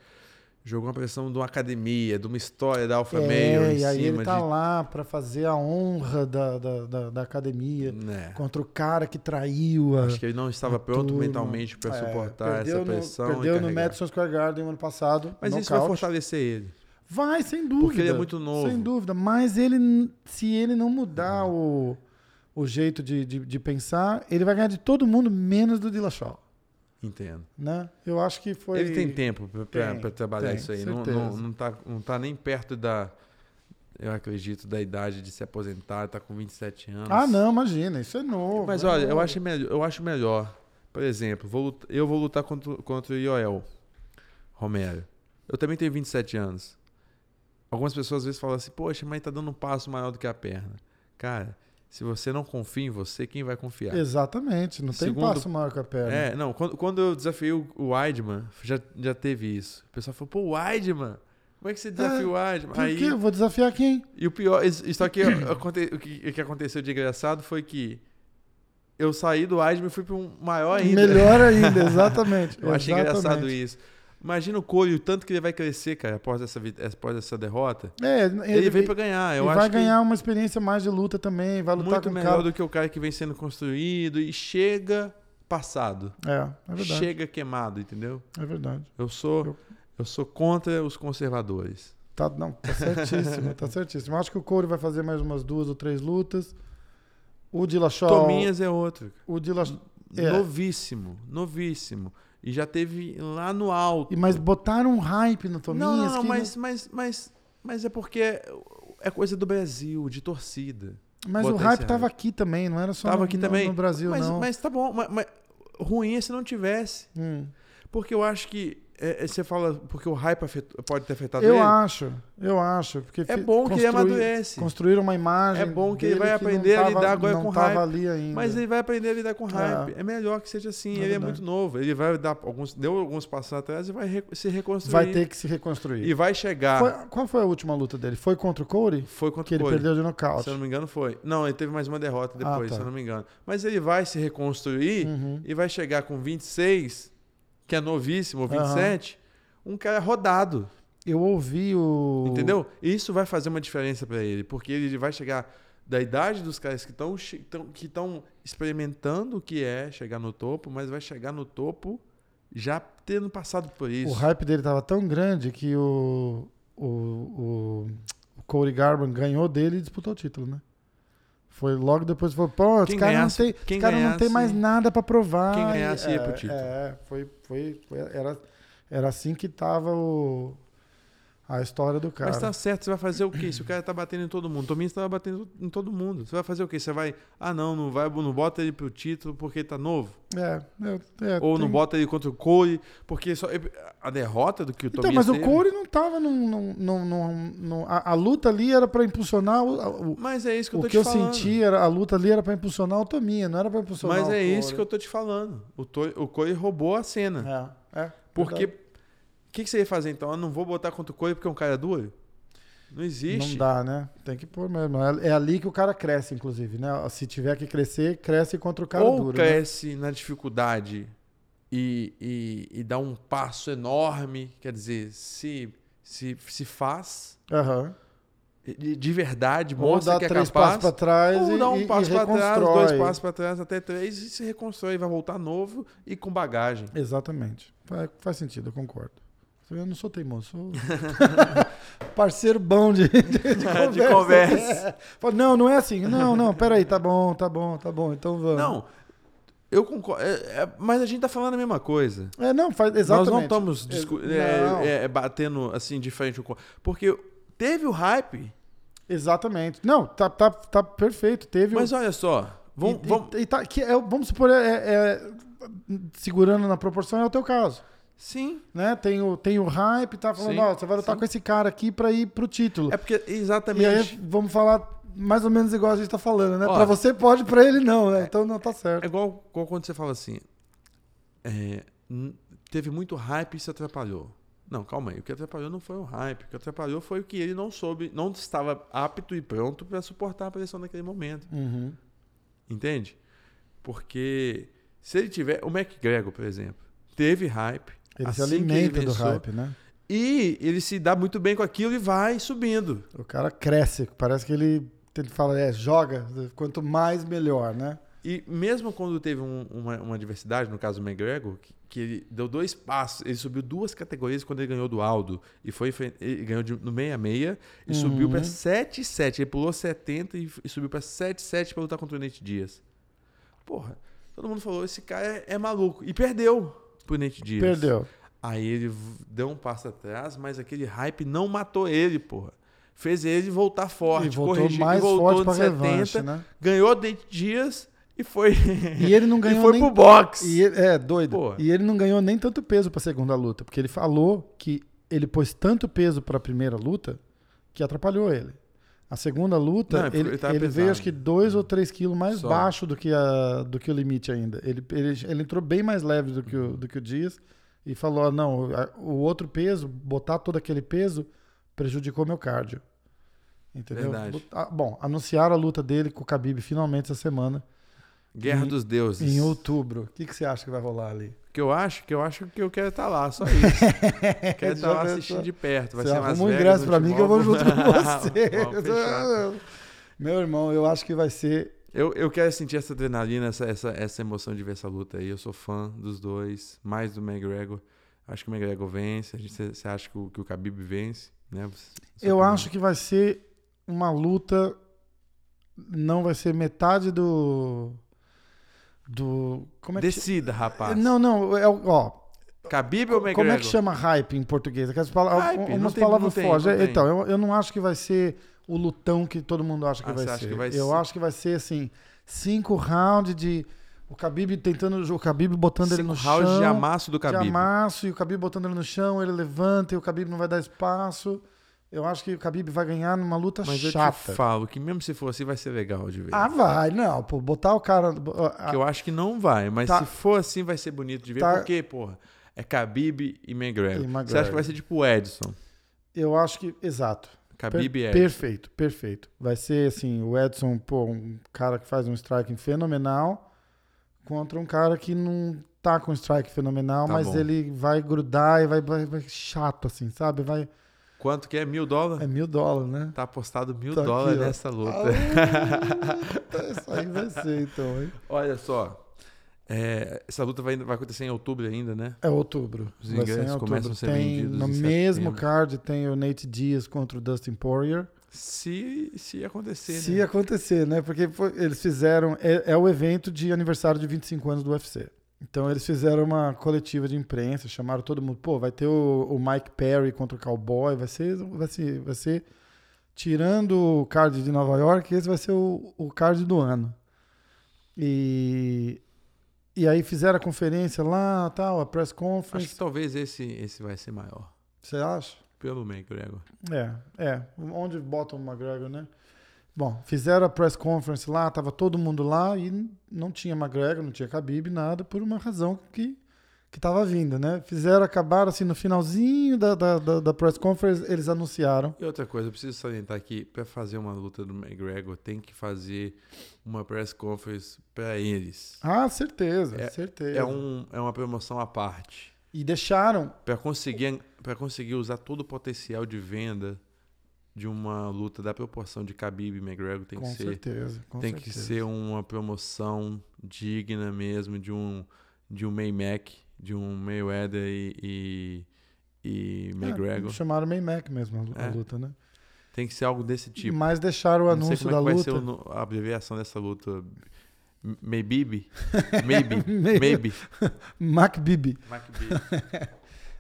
Jogou uma pressão de uma academia, de uma história da Alpha Male
é,
em
e aí
cima
ele tá
de.
lá pra fazer a honra da, da, da, da academia.
Né.
contra o cara que traiu a,
Acho que ele não estava pronto
turma.
mentalmente para
É,
suportar
perdeu
essa
no-
pressão. e
perdeu no
carregar.
Madison Square Garden ano passado.
Mas isso vai
nocaute.
fortalecer ele.
Vai, sem dúvida.
ele é muito novo.
Sem dúvida. Mas ele, n- se ele não mudar o, o jeito de, de, de pensar, ele vai ganhar de todo mundo, menos do Dillashaw.
Entendo.
né? Eu acho que foi.
Ele tem tempo pra- pra
Tem,
pra trabalhar
tem,
isso aí. Não, não,
certeza.
não, tá, não tá nem perto da. Eu acredito, da idade de se aposentar, tá com 27 anos.
Ah, não, imagina, isso é novo.
Mas
é
olha, eu
novo.
acho melhor, eu acho melhor. Por exemplo, vou lut- eu vou lutar contra, contra o Ioel Romero. Eu também tenho 27 anos. Algumas pessoas às vezes falam assim: "Poxa, mas tá dando um passo maior do que a perna". Cara, se você não confia em você, quem vai confiar?
Exatamente, não
Segundo-
tem passo maior que a perna.
É, não, quando, quando eu desafiei o o Weidman, já, já teve isso. O pessoal falou, pô, o Weidman, como é que você desafia
É,
o Weidman?
Por quê?
Aí,
Eu vou desafiar quem?
e o pior, isso isso aqui, [COUGHS] aconte- o que, o que aconteceu de engraçado foi que eu saí do Weidman e fui para um maior ainda.
Melhor ainda, exatamente.
[LAUGHS] Eu achei
exatamente.
engraçado isso. Imagina o Cole, o tanto que ele vai crescer, cara, após essa, vi- após essa derrota.
É,
Ele,
ele,
vem para ganhar. Eu
e
acho
vai
que
ganhar uma experiência mais de luta também, vai lutar
muito
com o
melhor
cara.
do que o cara que vem sendo construído e chega passado.
É, é verdade.
chega queimado, entendeu?
É verdade.
Eu sou, eu...
Eu-
sou contra os conservadores.
Tá, não, tá certíssimo, tá certíssimo. Eu Acho que o Corey vai fazer mais umas duas ou três lutas. O Dillashaw...
Tominhas é outro.
O Dillashaw... É.
Novíssimo, novíssimo. E já teve lá no alto.
E- Mas botaram um hype no Tominhas
não, não, não,
que...
mas, mas, mas, mas é porque é- é coisa do Brasil, de torcida.
Mas o
botar
hype
esse
tava aqui também, não era só
Tava
no,
aqui
no-
também.
no Brasil,
mas,
não.
mas tá bom, mas, mas ruim é se não tivesse.
Hum.
Porque eu acho que é, é, você fala porque o hype afetou- pode ter afetado
Eu
ele.
acho, eu acho. Porque
tá é
fi-
bom que ele
construí-
amadurece.
Construir uma imagem.
É bom que ele
dele
vai
não
aprender a
tava-
lidar agora
não
com
tava
hype.
ali ainda.
Mas ele vai aprender a lidar com hype. É, melhor que seja assim.
É
ele é
verdade.
muito novo. Ele vai dar alguns, deu alguns passos atrás e vai re- se reconstruir.
vai ter que se reconstruir.
E vai chegar. Foi,
Foi- qual foi a última luta dele? Foi contra o Cody?
contra
Que
o
ele
Cody.
perdeu de
Se
nocaute.
eu não me engano, foi. Não, ele teve mais uma derrota depois,
Ah, tá.
se eu não me engano. Mas ele vai se reconstruir
Uhum.
e vai chegar com 26, que é novíssimo, ou 27, um cara rodado.
Eu ouvi o.
Entendeu? E Isso vai fazer uma diferença pra ele, porque ele vai chegar da idade dos caras que estão que estão experimentando o que é chegar no topo, mas vai chegar no topo já tendo passado por isso.
O hype dele tava tão grande que o. O, o, o Cody Garban ganhou dele e disputou o título, né? Foi logo depois foi, pô, esse
Quem
cara,
ganhasse-
não tem, esse
quem
cara não tem
ganhasse-
mais nada pra provar.
quem
E-
ganhasse ia pro
é,
título.
É, foi, foi, foi- era, era assim que tava o, a história do cara.
Mas tá certo, você vai fazer o quê? Se o cara tá batendo em todo mundo, o Tominhas tava batendo em todo mundo. Você vai fazer o quê? Você vai, ah não, não vai, não bota ele pro título porque ele tá novo,
É, é, é,
ou não
tem-
bota ele contra o Cole, porque só é, a derrota do que o
Então,
Tominhas
mas o
teve-
Corey não tava num. num, num, num- num- a, a luta ali era pra impulsionar. O, o,
Mas é isso que eu
o
tô
que
te
eu
falando.
senti era a luta ali era pra impulsionar o Tominha, não era pra impulsionar
Mas
o
é isso
Corey.
que eu tô te falando. O, to... o Corey roubou a cena.
É, é.
porque.
verdade.
O que, que você ia fazer então? Eu não vou botar contra o Corey porque é um cara duro? Não existe.
Não dá, né? Tem que pôr mesmo. É, é ali que o cara cresce, inclusive, né? Se tiver que crescer, cresce contra o cara
Ou
duro. né?
cresce na dificuldade e, e, e dá um passo enorme, quer dizer, se, se, se faz
Aham.
e- e de verdade,
Ou
mostra
dá
que é
três
capaz.
passos pra trás
ou
e,
dá um
e- e
passo pra trás,
reconstrói.
dois passos pra trás, até três, e se reconstrói, vai voltar novo e com bagagem.
Exatamente. Fa- Faz sentido, eu concordo. Eu não sou teimoso, sou [LAUGHS] parceiro bom
[LAUGHS]
de, [LAUGHS] de, de conversa.
conversa.
É. Fala, Não, não é assim. Não, não, peraí, tá bom, tá bom, tá bom, então vamos.
Não, eu concordo. é- é- mas a gente tá falando a mesma coisa.
É, não, faz, exatamente.
Nós não estamos discu-
Ex-
é,
não.
é, é, batendo assim de frente com. Porque teve o hype,
Exatamente. Não, tá, tá, tá perfeito. Teve
mas
o-
olha só. Vamos,
e- e-
vamos-
e tá- que é o- vamos supor, é- é- segurando na proporção é o teu caso.
Sim.
Né? Tem, o, tem o hype, tá falando,
Sim,
ó, você vai lutar
sim.
com esse cara aqui pra ir pro título.
É porque
E aí
exatamente.
vamos falar mais ou menos igual a gente tá falando, né?
Ó.
pra você pode, pra ele não, né? Então não tá
É
certo.
igual, igual quando você fala assim. é, n- teve muito hype e se atrapalhou. Não, calma aí. O que atrapalhou não foi o hype. O que atrapalhou foi o que ele não soube, não estava apto e pronto para suportar a pressão naquele momento.
Uhum.
Entende? Porque se ele tiver. O McGregor, por exemplo, teve hype.
Ele se
assim que
alimenta do
venceu,
hype, né?
E ele se dá muito bem com aquilo e vai subindo.
O cara cresce, parece que ele, ele fala, é, joga, quanto mais melhor, né?
E mesmo quando teve um- uma, uma adversidade, no caso o McGregor, que, que ele deu dois passos, ele subiu duas categorias quando ele ganhou do Aldo. E foi enfren- ele ganhou de, no 66 e subiu
Uhum.
para 7,7. Ele pulou 70 e, f- e subiu para 7,7 para lutar contra o Nate Dias. Porra, todo mundo falou: esse cara é, é maluco. E perdeu. pro Nate Diaz.
Perdeu.
Aí ele v- deu um passo atrás, mas aquele hype não matou ele, porra. Fez ele voltar forte,
e voltou
corrigiu, e
mais
voltou
forte
nos
pra
70,
revanche, né?
ganhou do Nate Diaz e foi [LAUGHS]
E ele não
e
ganhou
foi
nem
pro boxe.
E ele- é, doido.
Pô.
E ele não ganhou nem tanto peso pra segunda luta, porque ele falou que ele pôs tanto peso pra primeira luta que atrapalhou ele. A segunda luta,
Não, é porque
ele,
ele tava
ele veio
pesado.
acho que 2 ou 3 quilos mais
Só.
baixo do que, a, do que o limite ainda. Ele, ele, ele entrou bem mais leve do que o, do que o Dias e falou: "Ah, não, a- o outro peso, botar todo aquele peso, prejudicou meu cardio. Entendeu?
Verdade.
Lu- ah, Bom, anunciaram a luta dele com o Khabib finalmente essa semana,
Guerra dos Deuses.
em outubro. O que, que você acha que vai rolar ali?
Que eu acho, que eu acho que eu quero estar lá, só [LAUGHS] isso. quero estar
É, Já
lá
pensou?
assistindo de perto. Vai
você
ser em Las
arruma um
Vegas,
ingresso
no
pra mim que eu vou
Timóvel.
junto com
[LAUGHS]
você.
Vamos fechar.
[LAUGHS] Meu irmão, eu acho que vai ser.
eu, eu quero sentir essa adrenalina, essa, essa, essa emoção de ver essa luta aí. Eu sou fã dos dois, mais do McGregor. Acho que o McGregor vence. A gente- Você você acha que o, que o Khabib vence, né? Você- sua
eu
opinião.
acho que vai ser uma luta. Não vai ser metade do. Do. Como é que
Decida, rapaz.
chama? Não, não. É, o- ó,
Khabib ou McGregor?
como é que chama hype em português? Aquelas palavras,
Hype, não
umas
tem-
palavras
não tem,
fogem.
não tem.
Então, eu, eu não acho que vai ser o lutão que todo mundo acha que,
Ah,
vai,
você
ser.
acha que vai
Eu
ser?
acho que vai ser assim: cinco rounds de. O Khabib tentando. O Khabib botando ele
Cinco
no
rounds
chão.
de amasso do Khabib.
de amasso e o Khabib botando ele no chão, ele levanta e o Khabib não vai dar espaço. Eu acho que o Khabib vai ganhar numa luta
Mas eu te
Tá chata.
falo que mesmo se for assim, vai ser legal de ver.
Ah, vai, não, pô, botar o cara.
Que eu acho que não vai, mas
Tá.
se for assim, vai ser bonito de ver.
Tá.
Porque, porra, é Khabib e McGregor. Você
E
acha
McGregor.
que vai ser tipo o Edson?
Eu acho que, exato. Per-
Khabib e Edson.
perfeito, perfeito. Vai ser assim, o Edson, pô, um cara que faz um striking fenomenal contra um cara que não tá com strike fenomenal,
Tá
mas
bom.
ele vai grudar e vai, vai, vai chato assim, sabe? Vai
Quanto que é? Mil dólares?
é mil dólares, né?
Tá apostado mil
Tá aqui,
dólares
ó.
nessa luta.
Ah, [LAUGHS] isso aí vai ser então, hein?
[LAUGHS] Olha só. É, essa luta vai, vai acontecer em outubro ainda, né?
É outubro.
Os
vai ser em
ingressos
outubro.
começam a ser
tem,
vendidos
No
em
mesmo
setembro.
card tem o Nate Diaz contra o Dustin Poirier.
Se, se acontecer,
Se
né?
acontecer, né? Porque foi- eles fizeram. É, é o evento de aniversário de 25 anos do UFC. Então eles fizeram uma coletiva de imprensa, chamaram todo mundo. Pô, vai ter o, o Mike Perry contra o Cowboy. Vai ser, vai ser. Vai ser. Tirando o card de Nova York, esse vai ser o, o card do ano. E. E aí fizeram a conferência lá, tal, a press
Acho
conference.
que talvez esse, esse vai ser maior.
Você acha?
Pelo McGregor.
É, é. Onde botam o McGregor, né? Bom, fizeram a press conference lá, tava todo mundo lá e não tinha McGregor, não tinha Khabib, nada, por uma razão que, que tava vindo, né? Fizeram, acabaram assim, no finalzinho da, da, da, da press conference, eles anunciaram.
E outra coisa, eu preciso salientar aqui, pra fazer uma luta do McGregor, tem que fazer uma press conference pra eles.
Ah, certeza,
É-
certeza.
É, um, é uma promoção à parte.
E deixaram,
Pra conseguir, pra conseguir usar todo o potencial de venda de uma luta da proporção de Khabib e McGregor, tem
com
que ser,
certeza, com
tem que
certeza.
ser uma promoção digna mesmo de um de um Maymack, de um Mayweather e, e, e
É,
um McGregor.
chamaram Maymack mesmo a, a
É.
luta, né?
Tem que ser algo desse tipo.
Mas deixaram o
não sei
anúncio
como é
da
que vai ser
luta.
o no- a abreviação dessa luta. M- Maybe?
[LAUGHS]
Maybe?
Meio-
Maybe?
McBib.
McBee.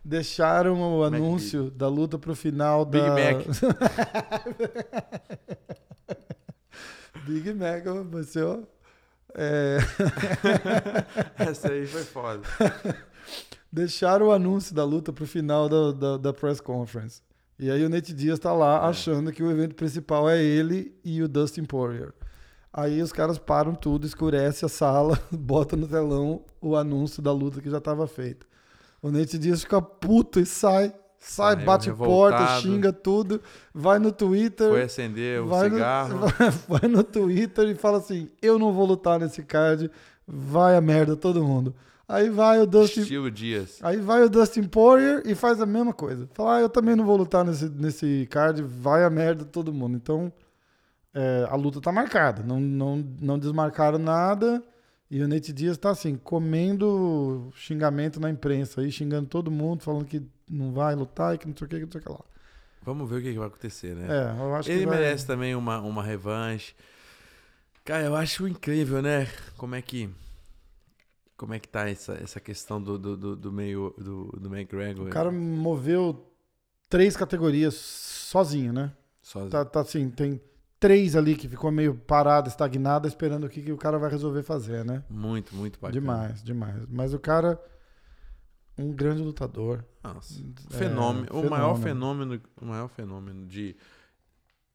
Deixaram o
Mac
anúncio da luta pro final
[LAUGHS] Big
da...
Mac.
[LAUGHS] Big Mac, ó, vai ser... ó, é, [LAUGHS]
Essa aí foi foda.
Deixaram o anúncio da luta pro final da, da, da press conference. E aí o Nate Diaz tá lá
É.
achando que o evento principal é ele e o Dustin Poirier. Aí os caras param tudo, escurece a sala, [LAUGHS] bota no telão o anúncio da luta que já tava feita. O Nate Diaz fica puto e sai, sai,
Saiu
bate porta,
revoltado.
xinga tudo, vai no Twitter,
Foi acender o cigarro.
no, [LAUGHS] vai no Twitter e fala assim: eu não vou lutar nesse card, vai a merda todo mundo. Aí vai o Dustin,
Estilo Dias.
aí vai o Dustin Poirier e faz a mesma coisa. Fala, ah, eu também não vou lutar nesse, nesse card, vai a merda todo mundo. Então é, a luta tá marcada, não, não, não desmarcaram nada. E o Nate Diaz tá assim, comendo xingamento na imprensa aí, xingando todo mundo, falando que não vai lutar e que não sei o que, que não sei o que lá.
Vamos ver o que que vai acontecer, né?
É, eu acho
Ele
que vai-
merece também uma, uma revanche. Cara, eu acho incrível, né? Como é que. Como é que tá essa, essa questão do, do, do, do meio do, do McGregor?
O cara moveu três categorias sozinho, né?
sozinho.
Tá, tá assim, tem três ali que ficou meio parada, estagnada, esperando o que, que o cara vai resolver fazer, né?
Muito, muito bacana.
Demais, demais. Mas o cara, um grande lutador.
Nossa.
É,
Fenômeno, o maior
fenômeno.
fenômeno, o maior fenômeno de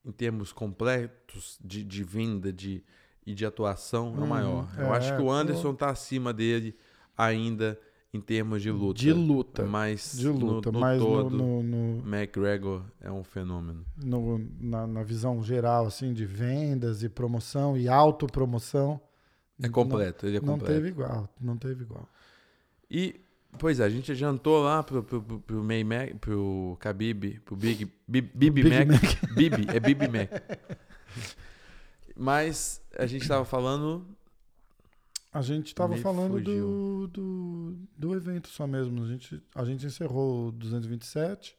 em termos completos de, de venda de, e de atuação é o
Hum,
maior. Eu
é,
acho que
pô.
o Anderson tá acima dele ainda em termos de luta.
De luta.
Mas
De luta,
no, no
mas no,
todo,
no, no-
McGregor é um fenômeno.
no- na, na visão geral, assim, de vendas e promoção e autopromoção.
É completo, ele é
Não, não
completo.
teve igual, não teve igual.
E, pois é, a gente jantou lá pro, pro, pro, pro May Mac, pro Khabib, pro Big, Bib, Bibi
Big
Mac. [LAUGHS] Bibi, é Bibi Mac. Mas a gente tava falando
A gente tava
Me
falando do,
fugiu.
do, do evento só mesmo. A gente, a gente encerrou o 227.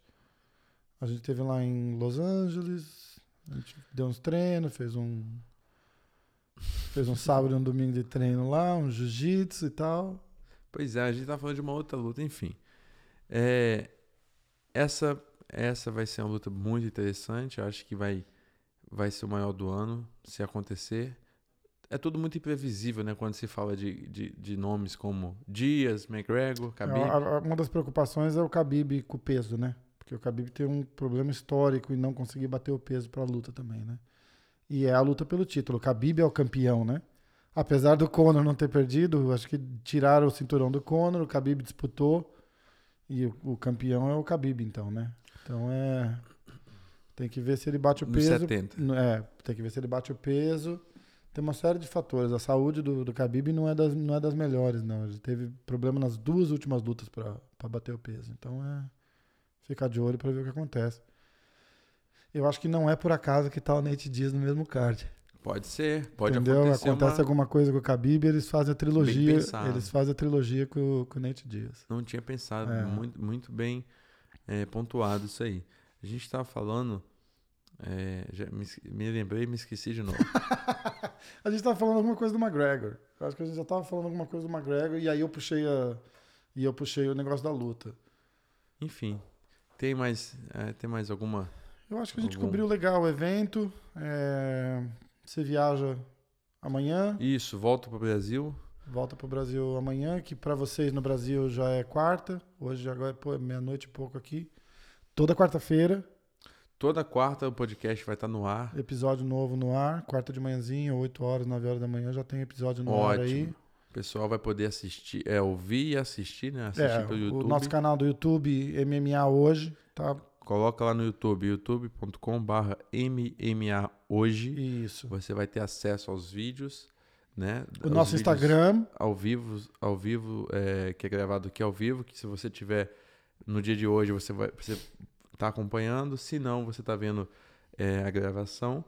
A gente teve lá em Los Angeles. A gente deu uns treinos, fez um. Fez um sábado e um domingo de treino lá, um jiu-jitsu e tal.
Pois é, a gente tá falando de uma outra luta, enfim. É, essa essa vai ser uma luta muito interessante, eu acho que vai vai ser o maior do ano, se acontecer. É tudo muito imprevisível, né, quando se fala de, de, de nomes como Dias, McGregor, Khabib.
A- a- Uma das preocupações é o Khabib com o peso, né? Porque o Khabib tem um problema histórico e não conseguir bater o peso pra luta também, né? E é a luta pelo título. O Khabib é o campeão, né? Apesar do Conor não ter perdido, acho que tiraram o cinturão do Conor, o Khabib disputou e o, o campeão é o Khabib, então, né? Então é tem que ver se ele bate o
Nos
peso.
70.
No- É, tem que ver se ele bate o peso. Tem uma série de fatores. A saúde do, do Khabib não é, das, não é das melhores, não. Ele teve problema nas duas últimas lutas pra pra bater o peso. Então é ficar de olho pra ver o que acontece. Eu acho que não é por acaso que tá o Nate Diaz no mesmo card.
Pode ser, pode
entendeu?
acontecer
Acontece
uma...
alguma coisa com o Khabib, eles fazem a trilogia.
pensado.
Eles fazem a trilogia com, o- com o Nate Diaz.
Não tinha pensado.
É.
Muito, muito bem é, pontuado isso aí. A gente estava falando. é, já me, esque- me lembrei e me esqueci de
[LAUGHS]
novo.
A gente tava falando alguma coisa do McGregor. Eu acho que a gente já tava falando alguma coisa do McGregor e aí eu puxei a e eu puxei o negócio da luta.
Enfim, tem mais, é, tem mais alguma.
Eu acho que a gente
Algum-
cobriu legal o evento. É, Você viaja amanhã,
Isso, volto para o Brasil.
volta pro Brasil amanhã, que pra vocês no Brasil já é quarta. Hoje agora é pô, meia-noite e pouco aqui. Toda quarta-feira,
Toda quarta o podcast vai estar no ar.
episódio novo no ar. Quarta de manhãzinha, 8 horas, 9 horas da manhã, já tem episódio no ar aí.
Ótimo. O pessoal vai poder assistir, é, ouvir e assistir, né? Assistir
É,
pelo
o
YouTube.
nosso canal do YouTube, MMA Hoje, tá?
Coloca lá no YouTube, youtube.com.br MMA hoje.
Isso.
Você vai ter acesso aos vídeos, né?
O
Aos vídeos-
nosso Instagram,
ao vivo, ao vivo é, que é gravado aqui ao vivo, que se você tiver no dia de hoje, você vai você tá acompanhando, se não, você tá vendo é, a gravação.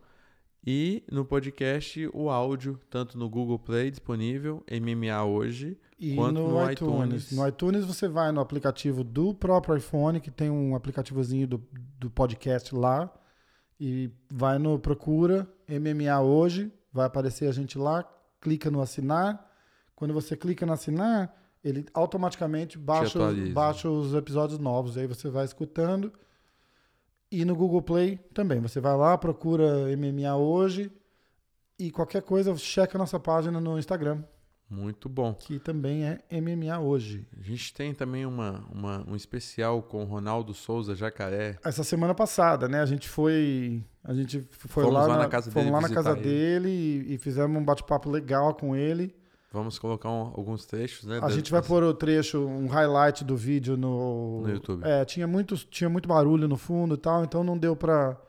E no podcast, o áudio, tanto no Google Play disponível, MMA hoje.
E
quanto
no,
no
iTunes.
iTunes.
No iTunes você vai no aplicativo do próprio iPhone, que tem um aplicativozinho do, do podcast lá. E vai no Procura MMA Hoje, vai aparecer a gente lá, clica no assinar. Quando você clica no assinar, ele automaticamente baixa, os,
atualiza.
baixa os episódios novos. Aí você vai escutando. E no Google Play também. Você vai lá, procura MMA Hoje. E qualquer coisa, checa a nossa página no Instagram
Muito bom.
que também é MMA hoje.
A gente tem também uma, uma- um especial com o Ronaldo Souza Jacaré.
Essa semana passada, né? A gente foi, a gente foi
Fomos
lá,
lá na casa
fomos
dele
lá na
visitar
casa
ele.
dele e, e fizemos um bate-papo legal com ele.
Vamos colocar um- alguns trechos, né?
A
da-
gente vai
das-
pôr o trecho, um highlight do vídeo no
No YouTube.
É, tinha muito, tinha muito barulho no fundo e tal, então não deu pra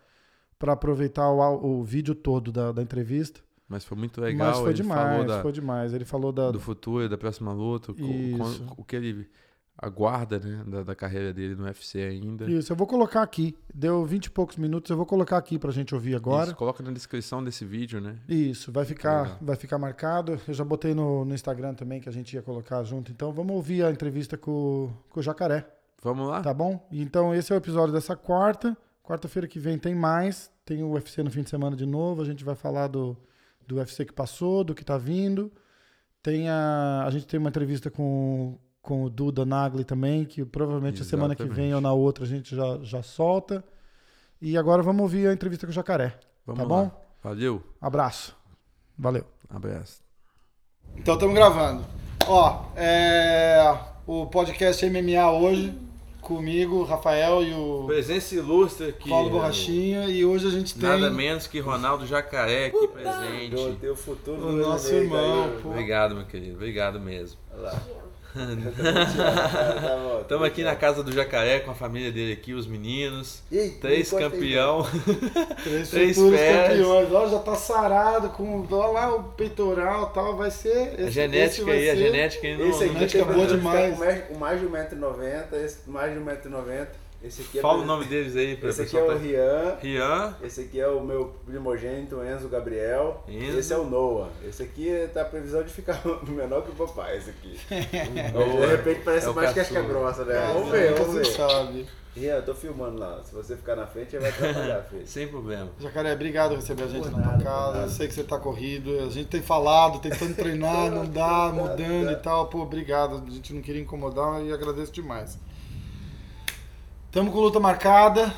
para aproveitar o, au- o vídeo todo da, da entrevista.
Mas foi muito legal.
Mas foi
ele
demais,
falou da,
foi demais. Ele falou da
do futuro, da próxima luta, o, o-
Isso.
o que ele aguarda né, da, da carreira dele no UFC ainda.
Isso, eu vou colocar aqui. Deu 20 e poucos minutos, eu vou colocar aqui pra gente ouvir agora.
Isso, coloca na descrição desse vídeo, né?
Isso, vai
Tá
ficar,
legal.
vai ficar marcado. Eu já botei no, no Instagram também que a gente ia colocar junto. Então vamos ouvir a entrevista com, o- com o Jacaré,
Vamos lá?
tá bom? Então esse é o episódio dessa quarta. Quarta-feira que vem tem mais. Tem o UFC no fim de semana de novo. A gente vai falar do, do UFC que passou, do que tá vindo. Tem a, a gente tem uma entrevista com, com o Duda Nagli também, que provavelmente a semana que vem
Exatamente.
ou na outra a gente já, já solta. E agora vamos ouvir a entrevista com o Jacaré.
Vamos
tá
lá.
bom?
Valeu.
Abraço. Valeu.
Abraço.
Então estamos gravando. Ó, é, o podcast MMA hoje, comigo, o Rafael e o
Presença ilustre aqui.
Paulo Borrachinha. E hoje a gente tem
né? Nada menos que Ronaldo Jacaré aqui
Eu
presente.
tenho o futuro
o
do
nosso
Enem,
irmão.
cara.
Pô.
tá Obrigado, meu querido. Obrigado mesmo.
Olha lá. Tá, tá bom.
Estamos aqui na casa do Jacaré com a família dele aqui, os meninos.
Ih,
Três
encosta aí, então? né?
campeão.
Três,
Três
futuros
feras.
campeões. Ó, já tá sarado com ó lá o peitoral e tal. Vai ser.
[LAUGHS] A
esse- esse
genética
vai
aí, a
ser-
genética aí não.
Esse
não
aqui é
Genética
tem
boa
pra-
demais.
fica com mais- Com mais de 1,90m, esse mais de 1,90m. Esse aqui é
Fala
pra-
o nome deles aí pra
Esse aqui é
pessoal.
o
tá-
Rian.
Rian.
Esse aqui é o meu primogênito, Enzo Gabriel.
Enzo.
Esse é o Noah. Esse aqui tá a previsão de ficar [LAUGHS] menor que o papai,
[LAUGHS]
esse aqui. Mas,
Noah.
de repente parece
É o
mais
caçula. É,
casca grossa, né? Vamos
Nunca
ver, vamos
se
ver.
É, sabe.
Rian, eu tô filmando lá. Se você ficar na frente, vai atrapalhar, [LAUGHS] filho.
Sem problema.
Jacaré, obrigado por receber a gente na tua casa. Eu sei que você tá corrido. A gente tem falado, tentando treinar, não
[LAUGHS]
dá, mudando e tal. Pô, obrigado. A gente não queria incomodar e agradeço demais. Tamo com luta marcada.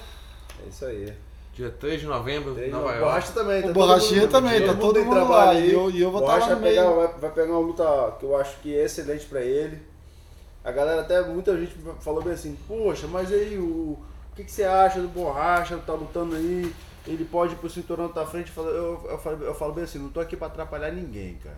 É isso aí.
Dia 3 de novembro,
Tem
Nova
o
York.
Borracha também.
O Borrachinha também, tá todo
em
mundo lá, e eu- e eu vou tá lá
Borracha
no
vai pegar-
meio.
vai, vai pegar uma luta que eu acho que é excelente pra ele. A galera, até muita gente falou bem assim, poxa, mas aí o, o que, que você acha do Borracha, tá lutando aí, ele pode ir pro cinturão da frente. Eu, falo- eu, eu, falo, eu falo bem assim, não tô aqui pra atrapalhar ninguém, cara.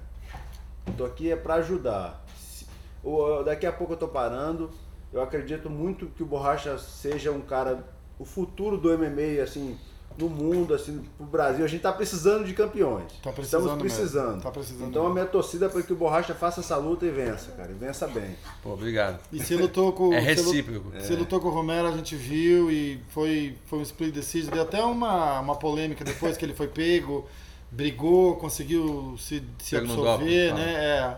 Eu tô aqui é pra ajudar. Se- o- eu- Daqui a pouco eu tô parando. Eu acredito muito que o Borracha seja um cara, o futuro do MMA, assim, no mundo, assim, pro Brasil. A gente tá precisando de campeões.
Tá precisando
Estamos precisando.
mesmo. Tá precisando
Então
mesmo.
a minha torcida é pra que o Borracha faça essa luta e vença, cara. E vença bem.
Pô, obrigado.
E você lutou com.
[LAUGHS] É
você lu-
recíproco.
Você lutou com o Romero, a gente viu e foi, foi um split decision. Deu até uma, uma polêmica depois que ele foi pego, brigou, conseguiu se, se
Pego no
absorver,
golpe,
né? É.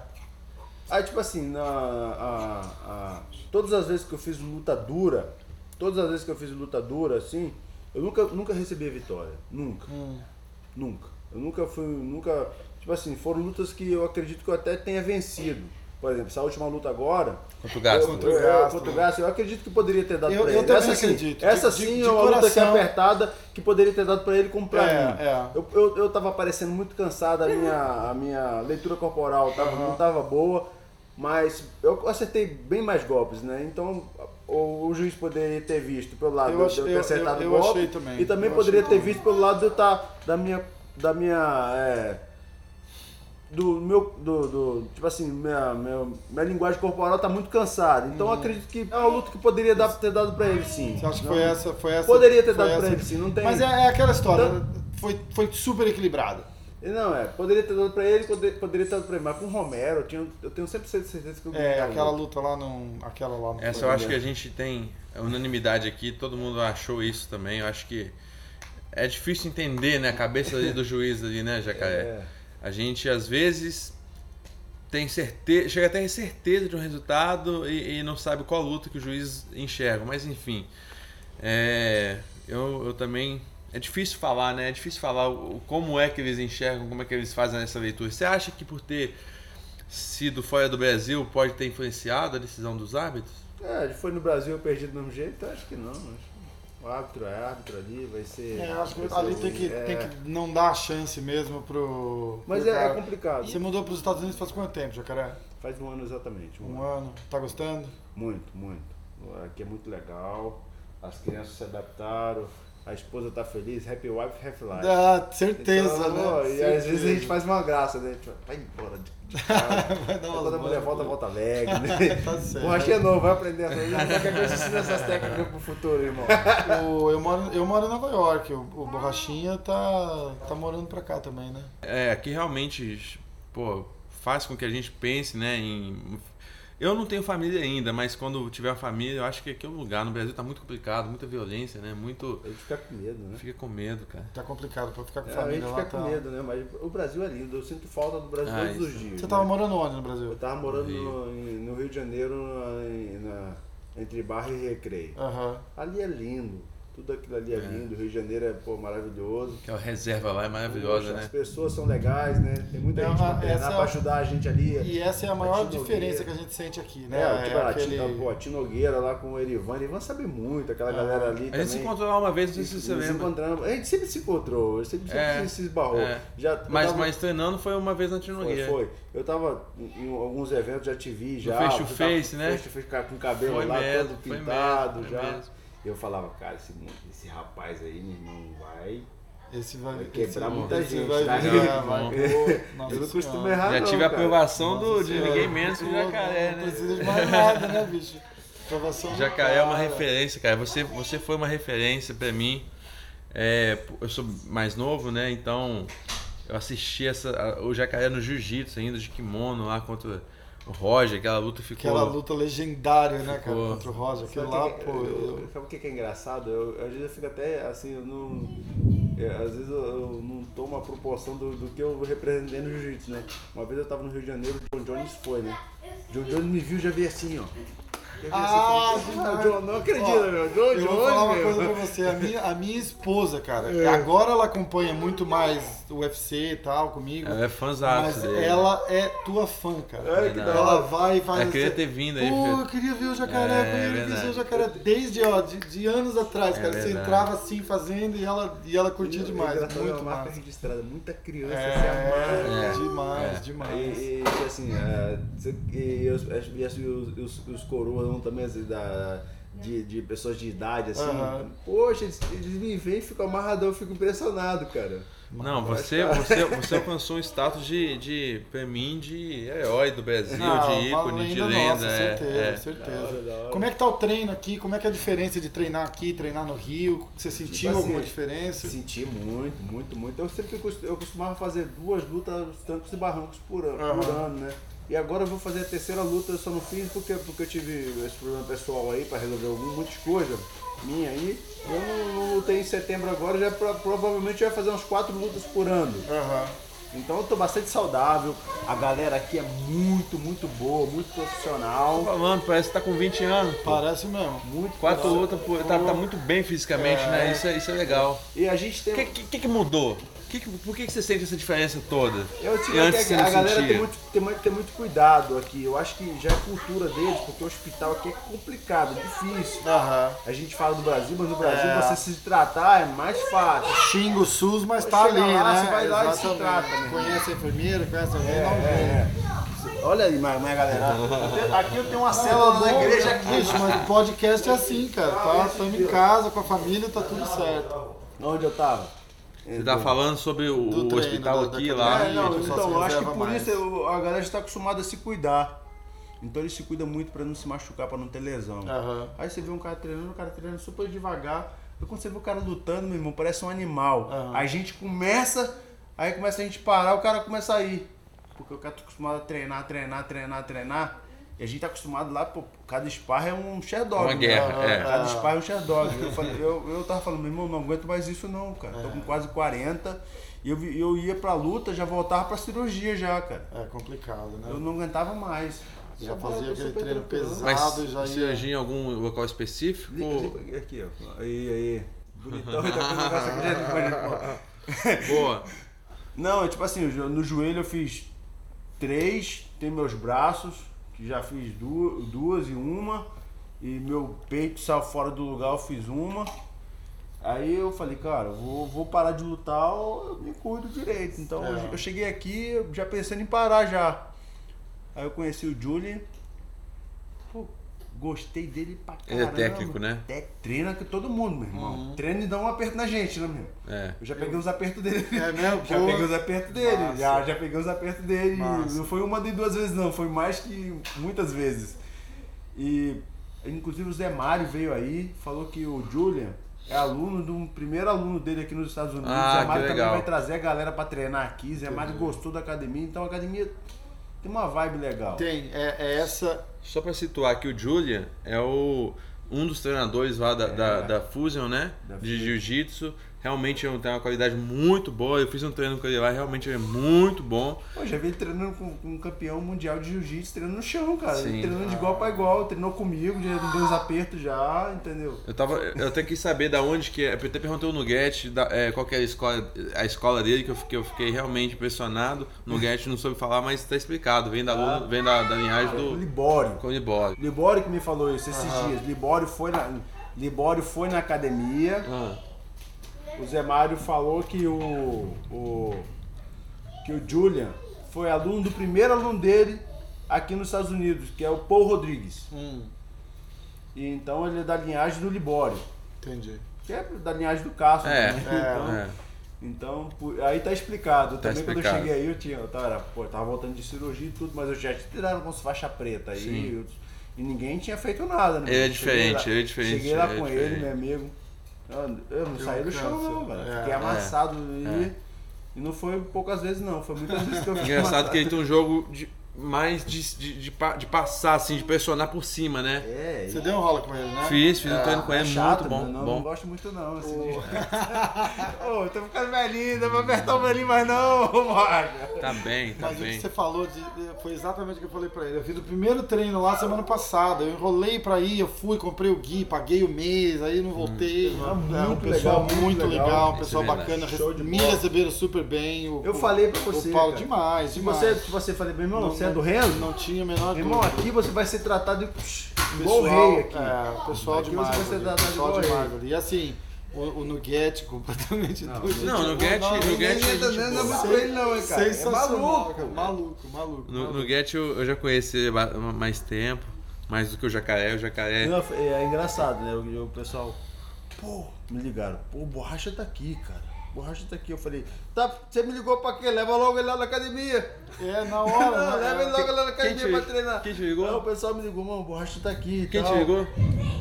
Aí, tipo assim, na, a, a- todas as vezes que eu fiz luta dura, todas as vezes que eu fiz luta dura, assim, eu nunca, nunca recebi a vitória. Nunca. Nunca. Eu nunca fui, nunca. Tipo assim, foram lutas que eu acredito que eu até tenha vencido. Por exemplo, essa última luta agora.
Quanto
eu-
gasto?
eu- eu-
Gasto,
contra o
né?
É, Gasto, eu acredito que poderia ter dado
Eu-
pra
eu
ele.
também
essa sim,
acredito. De-
Essa
de-
sim
de
é uma luta que é
coração.
apertada que poderia ter dado pra ele como pra
É,
mim.
é.
Eu, eu, eu tava parecendo muito cansado, a minha, a minha leitura corporal tava, não tava boa, mas eu acertei bem mais golpes, né? Então o, o juiz poderia ter visto pelo lado
Eu
de eu,
achei-
ter
eu-
acertado
eu-
o
eu
golpe.
achei também.
E também
Eu
poderia
achei
ter visto pelo lado de eu tá, da minha. Da minha é, do meu. Do, do- tipo assim, minha, minha, minha linguagem corporal tá muito cansada. Então eu
Hum.
acredito que é uma luta que poderia dar, ter dado pra ele sim.
Você acha que
Não-
foi essa? Foi essa
Poderia ter
foi
dado pra
essa-
ele sim, não tem. Então-
Mas é, é aquela história. Foi, foi super equilibrada.
E Não, é. Poderia ter dado pra ele, pode- poderia ter dado pra ele. Mas com o Romero, eu, tinha, eu tenho sempre certeza que eu
É,
ganhava.
aquela luta lá não. Aquela lá não
Essa
foi
eu acho que a gente tem unanimidade aqui, todo mundo achou isso também. Eu acho que é difícil entender, né, a cabeça ali do juiz ali, né, Jacaré?
É.
A gente às vezes tem certeza, chega até a certeza de um resultado e, e não sabe qual luta que o juiz enxerga, mas enfim. É, eu, eu também é difícil falar, né? É difícil falar o, o- como é que eles enxergam, como é que eles fazem essa leitura. Você acha que por ter sido fora do Brasil pode ter influenciado a decisão dos árbitros?
É, ele foi no Brasil, eu perdi do mesmo jeito, eu acho que não. acho que O árbitro é árbitro ali, vai ser.
É, eu acho que
vai ser
ali
o-
tem que,
é.
tem que não dar a chance mesmo pro.
Mas
pro
é, é
cara.
complicado.
Você mudou pros Estados Unidos faz quanto tempo, Jacaré?
Faz um ano exatamente. Um
Um
ano.
ano. Tá gostando?
Muito, muito. Aqui é muito legal. As crianças se adaptaram. A esposa tá feliz. Happy wife, happy life.
Dá, Ah, certeza,
Então,
É, né?
ó, E às
Certeza.
vezes a
[LAUGHS]
gente faz uma graça, né? Tipo, vai embora de de casa.
Vai dar
Aí
umas
Quando a mulher
boas,
volta,
né?
volta
[LAUGHS]
alegre, né?
Tá certo.
O Rachi é novo, vai aprender essa coisa. Qualquer coisa ensina essas técnicas pro futuro,
[LAUGHS]
irmão.
O- eu, moro, eu moro em Nova York, o,
Ah.
o Borrachinha tá, tá morando pra cá também, né?
É, que realmente, pô, faz com que a gente pense, né, em... Eu não tenho família ainda, mas quando tiver uma família, eu acho que aqui é um lugar, no Brasil tá muito complicado, muita violência, né, muito...
A gente fica com medo, né?
Fica com medo, cara.
Tá complicado pra ficar com a
É, a gente
família lá.
fica com
tá-
medo, né? Mas o Brasil é lindo. Eu sinto falta do Brasil
Ah,
todos
isso.
os dias.
Você tava
né?
morando onde no
Eu
Brasil?
tava
No
morando
Rio.
no, em- no Rio de Janeiro, na- em- na- entre Barra e Recreio.
Aham.
Ali é lindo. Tudo aquilo ali é lindo, o Rio de Janeiro é pô, maravilhoso.
Que a reserva lá é maravilhosa,
Poxa, As
né?
pessoas são legais, né? Tem muita
É
gente
uma-
pra internar,
essa-
pra ajudar a gente ali.
E essa é a maior
Tinogueira.
diferença que a gente sente aqui, né?
né? tipo, a
aquele-
Tina- pô, a Tinogueira lá com o Erivan. Erivan sabe muito, aquela galera ali
Ah, A gente se
também.
encontrou lá uma vez, não sei se
Nos
você lembra.
encontramos. A gente sempre se encontrou, sempre, sempre
É,
se esbarrou.
é.
Já, eu
Mas,
tava-
mas treinando foi uma vez na
foi,
Tinogueira.
foi. Eu tava em em alguns eventos, já te vi, já.
face to
tu tava
face, né?
Face to face, cara, com o cabelo
Foi
lá
mesmo,
todo
foi mesmo,
pintado
foi
já.
mesmo.
Eu falava, cara, esse, esse rapaz aí, meu irmão, vai.
Esse vai,
Vai quebrar
esse-
muita
esse
gente,
Vai
tá?
virar,
Bom.
vai-
[LAUGHS]
Nossa
eu não costumo
Senhora.
errar,
Já
Ah, não,
tive a
cara.
aprovação do,
Nossa
de
Senhora.
ninguém menos que o Jacaré,
Não
né?
precisa de mais nada, né, bicho? Aprovação do
[LAUGHS] Jacaré é uma
cara.
referência, cara. Você, você foi uma referência pra mim. É, pô, eu sou mais novo, né? Então eu assisti essa, a- o Jacaré no Jiu-Jitsu ainda, de kimono lá contra o Roger. Aquela luta ficou.
Aquela luta legendária, né, cara,
Ficou.
contra o Roger.
Sabe
Aquilo
o
lá,
que que-
pô.
eu-
eu-
Sabe o que que é engraçado? Eu, às vezes eu fico até assim, eu não. eu- às vezes eu, eu não tomo a proporção do, do que eu representei no jiu-jitsu, né? Uma vez eu tava no Rio de Janeiro, o John Jones foi, né? John Jones me viu e já veio assim, ó. Já veio
Ah,
assim, falei,
John
"Ah,
Jones."
John, não acredito,
Ó,
meu. John
Eu vou falar uma
Jones,
coisa pra
meu. É.
você. A minha, a minha esposa, cara, agora ela acompanha muito mais o UFC e tal comigo.
Ela é fãzada
mas
dele.
ela é tua fã, cara.
É, que da
ela
hora.
vai e faz.
Ela queria
assim,
ter vindo aí,
Pô,
filho."
eu queria ver o jacaré,
É,
eu queria ver
verdade.
o jacaré desde ó, de, de anos atrás,
É
cara. Você
verdade.
entrava assim fazendo e ela, e ela curtia demais.
Engraçado, é uma
Muito
marca
massa.
registrada, muita criança
É,
se amarra.
É, demais, demais.
E, e assim, é, cê- e, os- as- e as- e os, os, os coroas vão também assim, da, de, de pessoas de idade, assim.
Aham.
Poxa, eles, eles me veem e ficam amarradão, eu fico impressionado, cara.
Não, você, você, você alcançou um status de, de, pra mim, de herói do Brasil,
Ah,
de
uma
ícone, de
nossa,
lenda. é,
certeza,
é.
certeza.
Da hora, da hora.
Como é que tá o treino aqui? Como é que é a diferença de treinar aqui, treinar no Rio? Você sentiu
assim,
alguma diferença?
Senti muito, muito, muito. Eu sempre cos- eu costumava fazer duas lutas, trancos e barrancos por ano, por
Aham.
ano, né? E agora eu vou fazer a terceira luta, eu só não fiz porque, porque eu tive esse problema pessoal aí pra resolver algum- muitas coisas minha aí. Eu não, não lutei em setembro agora, já pro- provavelmente eu ia fazer umas quatro lutas por ano.
Aham.
Então eu tô bastante saudável, a galera aqui é muito, muito boa, muito profissional.
Falando, parece que tá com 20 anos. pô.
Parece mesmo.
Muito
Quatro
profissional.
lutas, pô, tá, tá muito bem fisicamente, né? Isso é, isso é legal.
E a gente tem.
O que, que- que mudou? Que que- por que, que você sente essa diferença toda?
Eu te
E
digo que
antes
a,
você
a
não
galera
sentia.
tem muito, tem, muito, tem muito cuidado aqui. Eu acho que já é cultura deles, porque o hospital aqui é complicado, difícil.
Aham.
A gente fala do Brasil, mas no Brasil
É.
você se tratar é mais fácil.
Xinga o SUS, mas
Pô,
tá ali,
chega lá,
né?
você vai lá e se
Exatamente.
trata, né?
Conhece a enfermeira, conhece alguém, um não vê.
É, é. Olha aí, mas, mas, galera. eu
é.
tenho- Aqui eu tenho uma célula da igreja aqui.
Bicho, mas o podcast é assim, cara. Tá, estamos em casa, com a família, tá tudo certo.
Onde eu tava?
Você tá falando sobre o,
Do
o
treino,
hospital
da-
aqui,
da-
lá.
É, não,
o pessoal
então,
se
eu acho que
reserva
por
mais.
isso eu- a galera está acostumada a se cuidar. Então eles se cuidam muito pra não se machucar, pra não ter lesão.
Aham.
Aí você vê um cara treinando, o cara treinando super devagar. E quando você vê o cara lutando, meu irmão, parece um animal.
Aham.
A gente começa, aí começa a gente parar, o cara começa a ir. Porque o cara tá acostumado a treinar, treinar, treinar, treinar. E a gente tá acostumado lá, pô, cada sparra é um Sherdog.
Uma guerra, é.
Cada sparra é um Sherdog. Eu, falei- eu, eu tava falando, meu irmão, não aguento mais isso não, cara.
É.
Tô com quase 40. E eu, vi- eu ia pra luta, já voltava pra cirurgia já, cara.
É complicado, né?
Eu não aguentava mais.
Já fazia aquele
Super
treino
tranquilo.
pesado
Mas
e já ia.
cirurgia em algum local específico? Pô,
Li- li- Aqui, ó. Aí, aí. Bonitão, tá com o negócio aqui, já depois, né, pô.
boa.
Não, é tipo assim, jo- no joelho eu fiz três, tem meus braços, que já fiz du- duas, e uma, e meu peito saiu fora do lugar, eu fiz uma. Aí eu falei, cara, eu vou, vou parar de lutar, eu me cuido direito. Então
É.
eu- eu cheguei aqui já pensando em parar já. Aí eu conheci o Julie, pô, gostei dele pra
Ele
caramba.
é técnico, né?
Até treina que todo mundo, meu irmão.
Uhum.
Treina e dá um aperto na gente, né, meu? irmão?
É.
Eu já peguei os apertos dele.
É mesmo?
[LAUGHS] Já
Pô.
peguei os apertos dele.
Massa.
Já, já peguei os apertos dele.
Massa.
Não foi uma nem duas vezes, não. Foi mais que muitas vezes. E, inclusive, o Zé Mário veio aí, falou que o Julian é aluno de um primeiro aluno dele aqui nos Estados Unidos.
Ah,
o Zé
que
Mário também
legal.
vai trazer a galera pra treinar aqui. O Zé Mário gostou da academia, então a academia tem uma vibe legal.
Tem, é, é essa.
Só pra situar que o Julian é o um dos treinadores lá da, da, da Fusion, né?
É. Da
de Jiu-Jitsu. Realmente eu- tem uma qualidade muito boa. Eu fiz um treino com ele lá, realmente é muito bom.
Pô, já vi ele treinando com, com um campeão mundial de jiu-jitsu, treinando no chão, cara. Ele
Sim.
treinando
Ah.
de igual pra igual, treinou comigo, já me deu uns apertos já, entendeu?
Eu, tava, eu até quis saber da onde que é. Eu até perguntei o Nugget da, é, qual que era a escola, a escola dele, que eu fiquei, eu fiquei realmente impressionado. O Nugget não soube falar, mas tá explicado. Vem da, aluno- vem da, da linhagem
O
do
Libório.
Conibog.
Libório que me falou isso esses dias. Libório foi na, Libório foi na academia.
Ah,
O Zé Mário falou que o, o que o Julian foi aluno do primeiro aluno dele aqui nos Estados Unidos, que é o Paul Rodrigues.
Hum,
E então ele é da linhagem do Libório,
entendi.
que é da linhagem do Castro.
É,
né? Então,
é.
então, pu- aí tá explicado. Eu
Tá
também
explicado.
quando eu cheguei aí, eu tinha, eu tava, pô, eu tava voltando de cirurgia e tudo, mas eu já tinha tirado com faixa preta aí.
Sim.
eu- e ninguém tinha feito nada, né?
Ele é
Eu cheguei
diferente,
lá-
ele é diferente,
Cheguei lá
ele é
com ele,
diferente.
meu amigo. Eu, eu não
Deu
saí
um
do chão
câncer.
não, velho.
É,
Fiquei
é,
amassado e, e não foi poucas vezes não, foi muitas vezes que eu fiquei
Engraçado
amassado.
que ele tem um jogo de, mais de, de, de, pa- de passar, assim, de pressionar por cima, né?
É,
Você
e-
deu um rola com ele, né?
Fiz, fiz um treino com
é
ele,
chato,
muito bom.
não, não
bom.
gosto muito não. Assim, de- [LAUGHS] Ô, eu tô ficando velhinho, não vou apertar o velhinho mais não, [LAUGHS] Marga.
Tá bem, tá
Mas o que
bem.
você falou de- foi exatamente o que eu falei pra ele. Eu fiz o primeiro treino lá semana passada. Eu enrolei pra ir, eu fui, comprei o gui, paguei o mês, aí não voltei. É, um
muito
pessoal
legal, muito
muito
legal.
legal, um
Hum. Isso
pessoal
é verdade.
bacana.
Show de
Me
bola.
receberam super bem. o-
Eu falei pra
o-
você,
O Paulo,
cara.
demais,
Se
demais.
você, se você falar, meu irmão,
Não-
você é do reino?
Não tinha a menor
Irmão,
dúvida.
aqui você vai ser tratado de
Pessoal,
igual o rei aqui.
É, o pessoal
Aqui
demais.
você vai ser
ali,
tratado
pessoal
igual
demais
rei.
ali. E assim, o, o Nugget completamente doido.
Não, o Nugget- Nugget é gente boa.
ele não, hein,
Sensacional,
maluco,
cara.
velho.
É Maluco, maluco.
No,
maluco.
no Get eu, eu já conheci ele há mais tempo, mais do que o jacaré. O jacaré.
Não, é, é engraçado, né? O, o pessoal, pô, me ligaram. Pô, o borracha tá aqui, cara. O Borracha tá aqui. Eu falei, tá, você me ligou pra quê? Leva logo ele lá na academia.
É, na
Não, é,
hora. né?
[LAUGHS] leva ele logo lá na
Quem
academia
te-
pra treinar.
quem te ligou?
Não, o pessoal me ligou, mano, o borracha tá aqui. e
Quem te
tal.
ligou?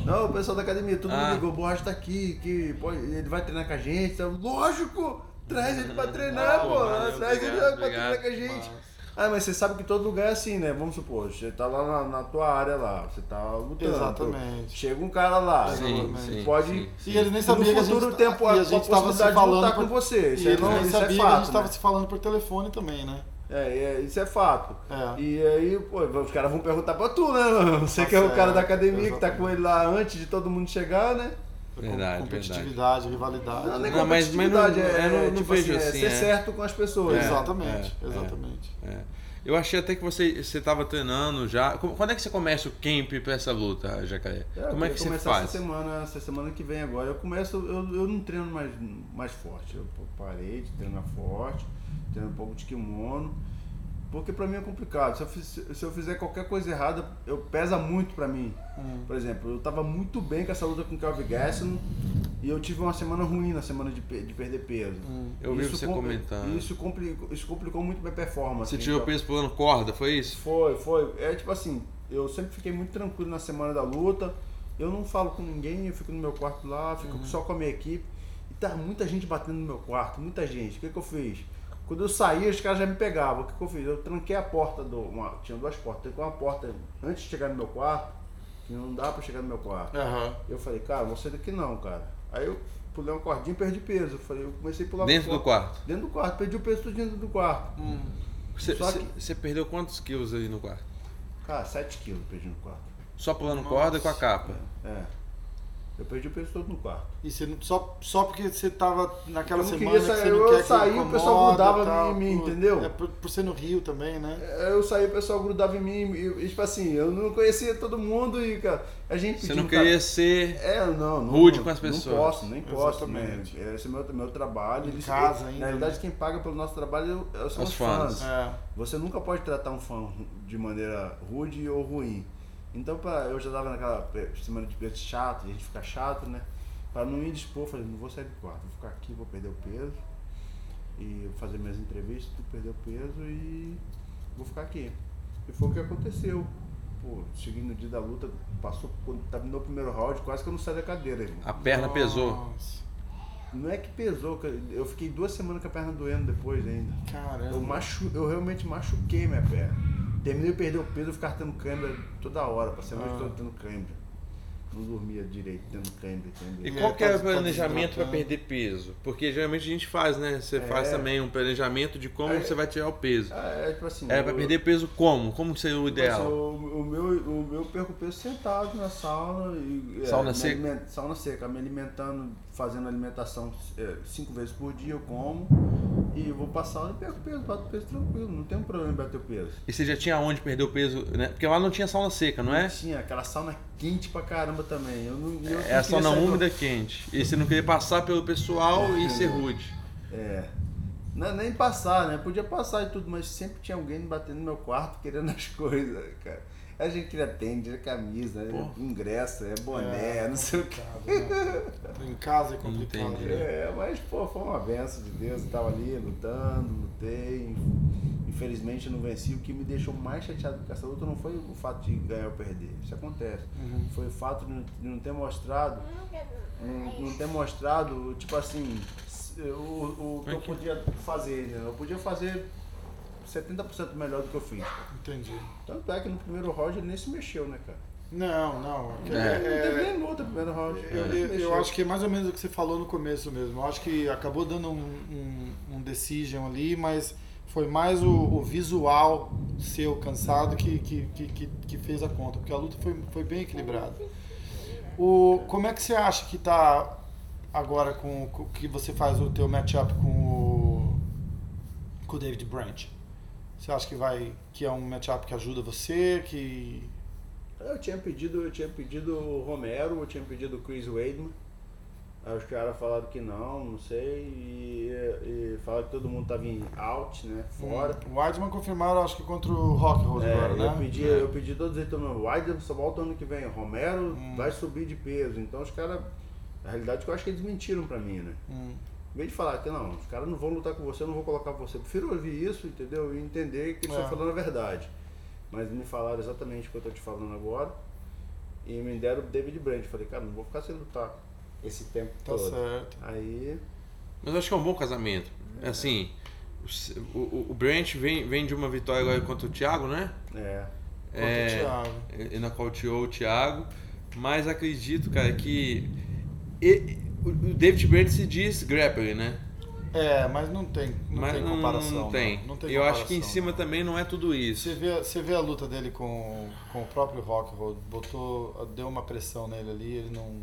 Não, o pessoal da academia, todo
Ah.
mundo ligou, o Borracha tá aqui, que pode- ele vai treinar com a gente. Eu, Lógico! Traz ele pra treinar,
Ah,
pô!
valeu,
traz ele
obrigado,
pra treinar
obrigado.
com a gente. Ah, mas você sabe que todo lugar é assim, né? Vamos supor, você tá lá na, na tua área lá, você tá lutando.
Exatamente.
Chega um cara lá,
Sim,
você
sim,
pode.
sim.
E eles nem
No
sabiam que a gente, tá-
futuro tempo,
e
a
a gente tava se
possibilidade de
falando
lutar
por,
com você.
E
Isso, aí
eles
não,
nem
isso é
sabiam que a
fato.
gente tava
né?
se falando por telefone também, né?
É, é, isso é fato.
É.
E aí, pô, os caras vão perguntar pra tu, né? [LAUGHS] Você
Tá
que é o
certo,
cara da academia que tá
exatamente.
com ele lá antes de todo mundo chegar, né?
Verdade,
Com- competitividade, rivalidade. né?
Não, nem
Não, mas- mas não-
competitividade, é,
eu não-
é,
não
tipo
vejo
assim, é
assim,
ser
é.
certo com as pessoas. né?
Exatamente,
é, é.
exatamente.
É. Eu achei até que você você tava treinando já. Como- Quando é que você começa o camp pra essa luta, Jacaré?
É,
Como é
eu
que
ia
você
começar
faz?
Essa semana, essa semana que vem agora. Eu começo, eu, eu não treino mais, mais forte. Eu parei de treinar forte, treino um pouco de kimono. Porque pra mim é complicado. Se eu, fiz- se eu fizer qualquer coisa errada, eu pesa muito pra mim.
Hum.
Por exemplo, eu tava muito bem com essa luta com o Kelvin Gaston e eu tive uma semana ruim na semana de, pe- de perder peso.
Hum, Eu vi
Isso
você
compli-
comentando.
Isso complicou, isso complicou muito minha performance.
Você
então.
tirou peso pulando corda, foi isso?
Foi, foi. É tipo assim, eu sempre fiquei muito tranquilo na semana da luta. Eu não falo com ninguém, eu fico no meu quarto lá,
Uhum.
fico só com a minha equipe. E tá muita gente batendo no meu quarto, muita gente. O que, que eu fiz? Quando eu saí, os caras já me pegavam. O que, que eu fiz? Eu tranquei a porta do. Uma, tinha duas portas. Tranquei uma porta antes de chegar no meu quarto, que não dá pra chegar no meu quarto.
É.
Aham.
Eu falei, cara, não vou sair daqui não, cara. Aí eu pulei uma cordinha e perdi peso. Eu falei, eu comecei a pular
Dentro do quarto.
Dentro do quarto, perdi o peso todo dentro do quarto.
Você,
Só
você-
que-
você perdeu quantos quilos ali no quarto?
Cara, 7 quilos perdi no quarto.
Só pulando corda e com a capa.
É. Eu perdi o peso todo no quarto.
E você não- só, só porque você tava naquela
Eu não
semana
queria
que você
sair,
não
eu
quer que
saí, o pessoal
incomoda e
grudava
tal,
em mim,
por-
entendeu?
É por, por ser no Rio também, né?
É, Eu saí, o pessoal grudava em mim, e, e, tipo assim, eu não conhecia todo mundo e, cara, a gente
Você
pediu,
não
cara,
queria ser.
É, não, não.
rude
não-
com as pessoas.
Não posso, nem posso, né?
Exatamente.
Esse é o meu, meu trabalho.
Em
eles-
casa
eu-
ainda, né?
Na verdade, quem paga pelo nosso trabalho é- são
Os
os fãs.
fãs.
É.
Você nunca pode tratar um fã ru- de maneira rude ou ruim. Então, pra, eu já tava naquela pe- semana de peso chato, e a gente fica chato, né? Pra não ir dispor, eu falei, não vou sair do quarto, vou ficar aqui, vou perder o peso. E fazer minhas entrevistas, tudo perder o peso e vou ficar aqui. E foi o que aconteceu. Pô, cheguei no dia da luta, passou, quando terminou o primeiro round, quase que eu não saí da cadeira, irmão.
A perna pesou.
Nossa,
Não é que pesou, cara, eu fiquei duas semanas com a perna doendo depois ainda. Eu,
Caramba.
machu... eu realmente machuquei minha perna. Terminei de perder o peso, eu ficava tendo câimbra toda hora. Passei a noite
Ah.
toda tendo câimbra. não dormia direito, tendo câimbra,
E
tendo...
qual que é
tá-
o
tá
planejamento para
desidratando.
perder peso? Porque geralmente a gente faz, né? Você
É.
faz também um planejamento de como você vai tirar o peso.
Ah, é tipo assim...
É,
eu-
para perder peso como? Como que seria o
Mas
ideal?
o, o meu, o meu eu perco peso sentado na sauna. E, é,
Sauna
me
seca?
aliment- sauna seca, me alimentando, fazendo alimentação é, cinco vezes por dia, eu como. E eu vou pra sauna e perco peso, bato peso tranquilo, não tem um problema em bater o peso.
E você já tinha onde perder o peso, né? Porque lá não tinha sauna seca, não é?
Tinha aquela sauna quente pra caramba também. Eu não, eu não
É a
queria
sauna
sair pra-
úmida quente. E você não queria passar pelo pessoal e
Uhum.
ser rude.
É. Não, nem passar, né? Podia passar e tudo, mas sempre tinha alguém batendo no meu quarto querendo as [LAUGHS] coisas, cara. A gente queria tênis, é camisa, é ingresso, é boné, não sei o que.
complicado, né? Em casa é complicado.
Entendi.
né?
É, mas pô, foi uma benção de Deus. Eu tava ali lutando, lutei. Infelizmente eu não venci. O que me deixou mais chateado com essa luta não foi o fato de ganhar ou perder. Isso acontece.
Uhum,
Foi o fato de não- de não ter mostrado. Não, não ter mostrado, tipo assim, se- o, o que eu
Aqui.
podia fazer, né? Eu podia fazer 70% melhor do que eu fiz.
Entendi.
Tanto é que no primeiro round ele nem se mexeu, né, cara?
Não, não. aquele
É.
Não teve
é-
nem luta no primeiro round.
Eu, eu- eu acho que é mais ou menos o que você falou no começo mesmo. Eu acho que acabou dando um, um, um decision ali, mas foi mais o, o visual seu cansado que, que, que, que, que fez a conta, porque a luta foi, foi bem equilibrada. O, como é que você acha que tá agora com, com que você faz o teu matchup com o, com o David Branch? Você acha que vai que é um matchup que ajuda você, que
Eu tinha pedido, eu tinha pedido o Romero, eu tinha pedido o Chris Weidman. Aí os caras falaram que não, não sei, e, e falaram que todo mundo tava em out, né? Fora.
O Weidman confirmaram, acho que contra o Rock
É,
agora, né?
eu, pedi, eu pedi todos eles também. O Wilder só volta ano que vem. O Romero
Hum.
vai subir de peso. Então os caras. Na realidade, eu acho que eles mentiram pra mim, né?
Hum.
Em vez de falar que não, os caras não vão lutar com você, eu não vou colocar você. Eu prefiro ouvir isso, entendeu? E entender que eles
É.
estão falando a verdade. Mas me falaram exatamente o que eu tô te falando agora. E me deram o David Brandt. Eu Falei, cara, não vou ficar sem lutar esse tempo
Tá
todo.
certo.
Aí.
Mas eu acho que é um bom casamento. Assim, o, o, o Branch vem, vem de uma vitória agora contra o Thiago, né?
É.
Contra
É,
o Thiago.
e na qual tirou o Thiago, mas acredito, cara, que e- o o David Brandt se diz grappling, né?
É, mas não tem, não
mas
tem comparação.
Não tem.
não. Não tem
Eu acho que em
comparação.
cima também não é tudo isso.
Você vê, você vê a luta dele com, com o próprio Rockhold, botou, deu uma pressão nele ali, ele não.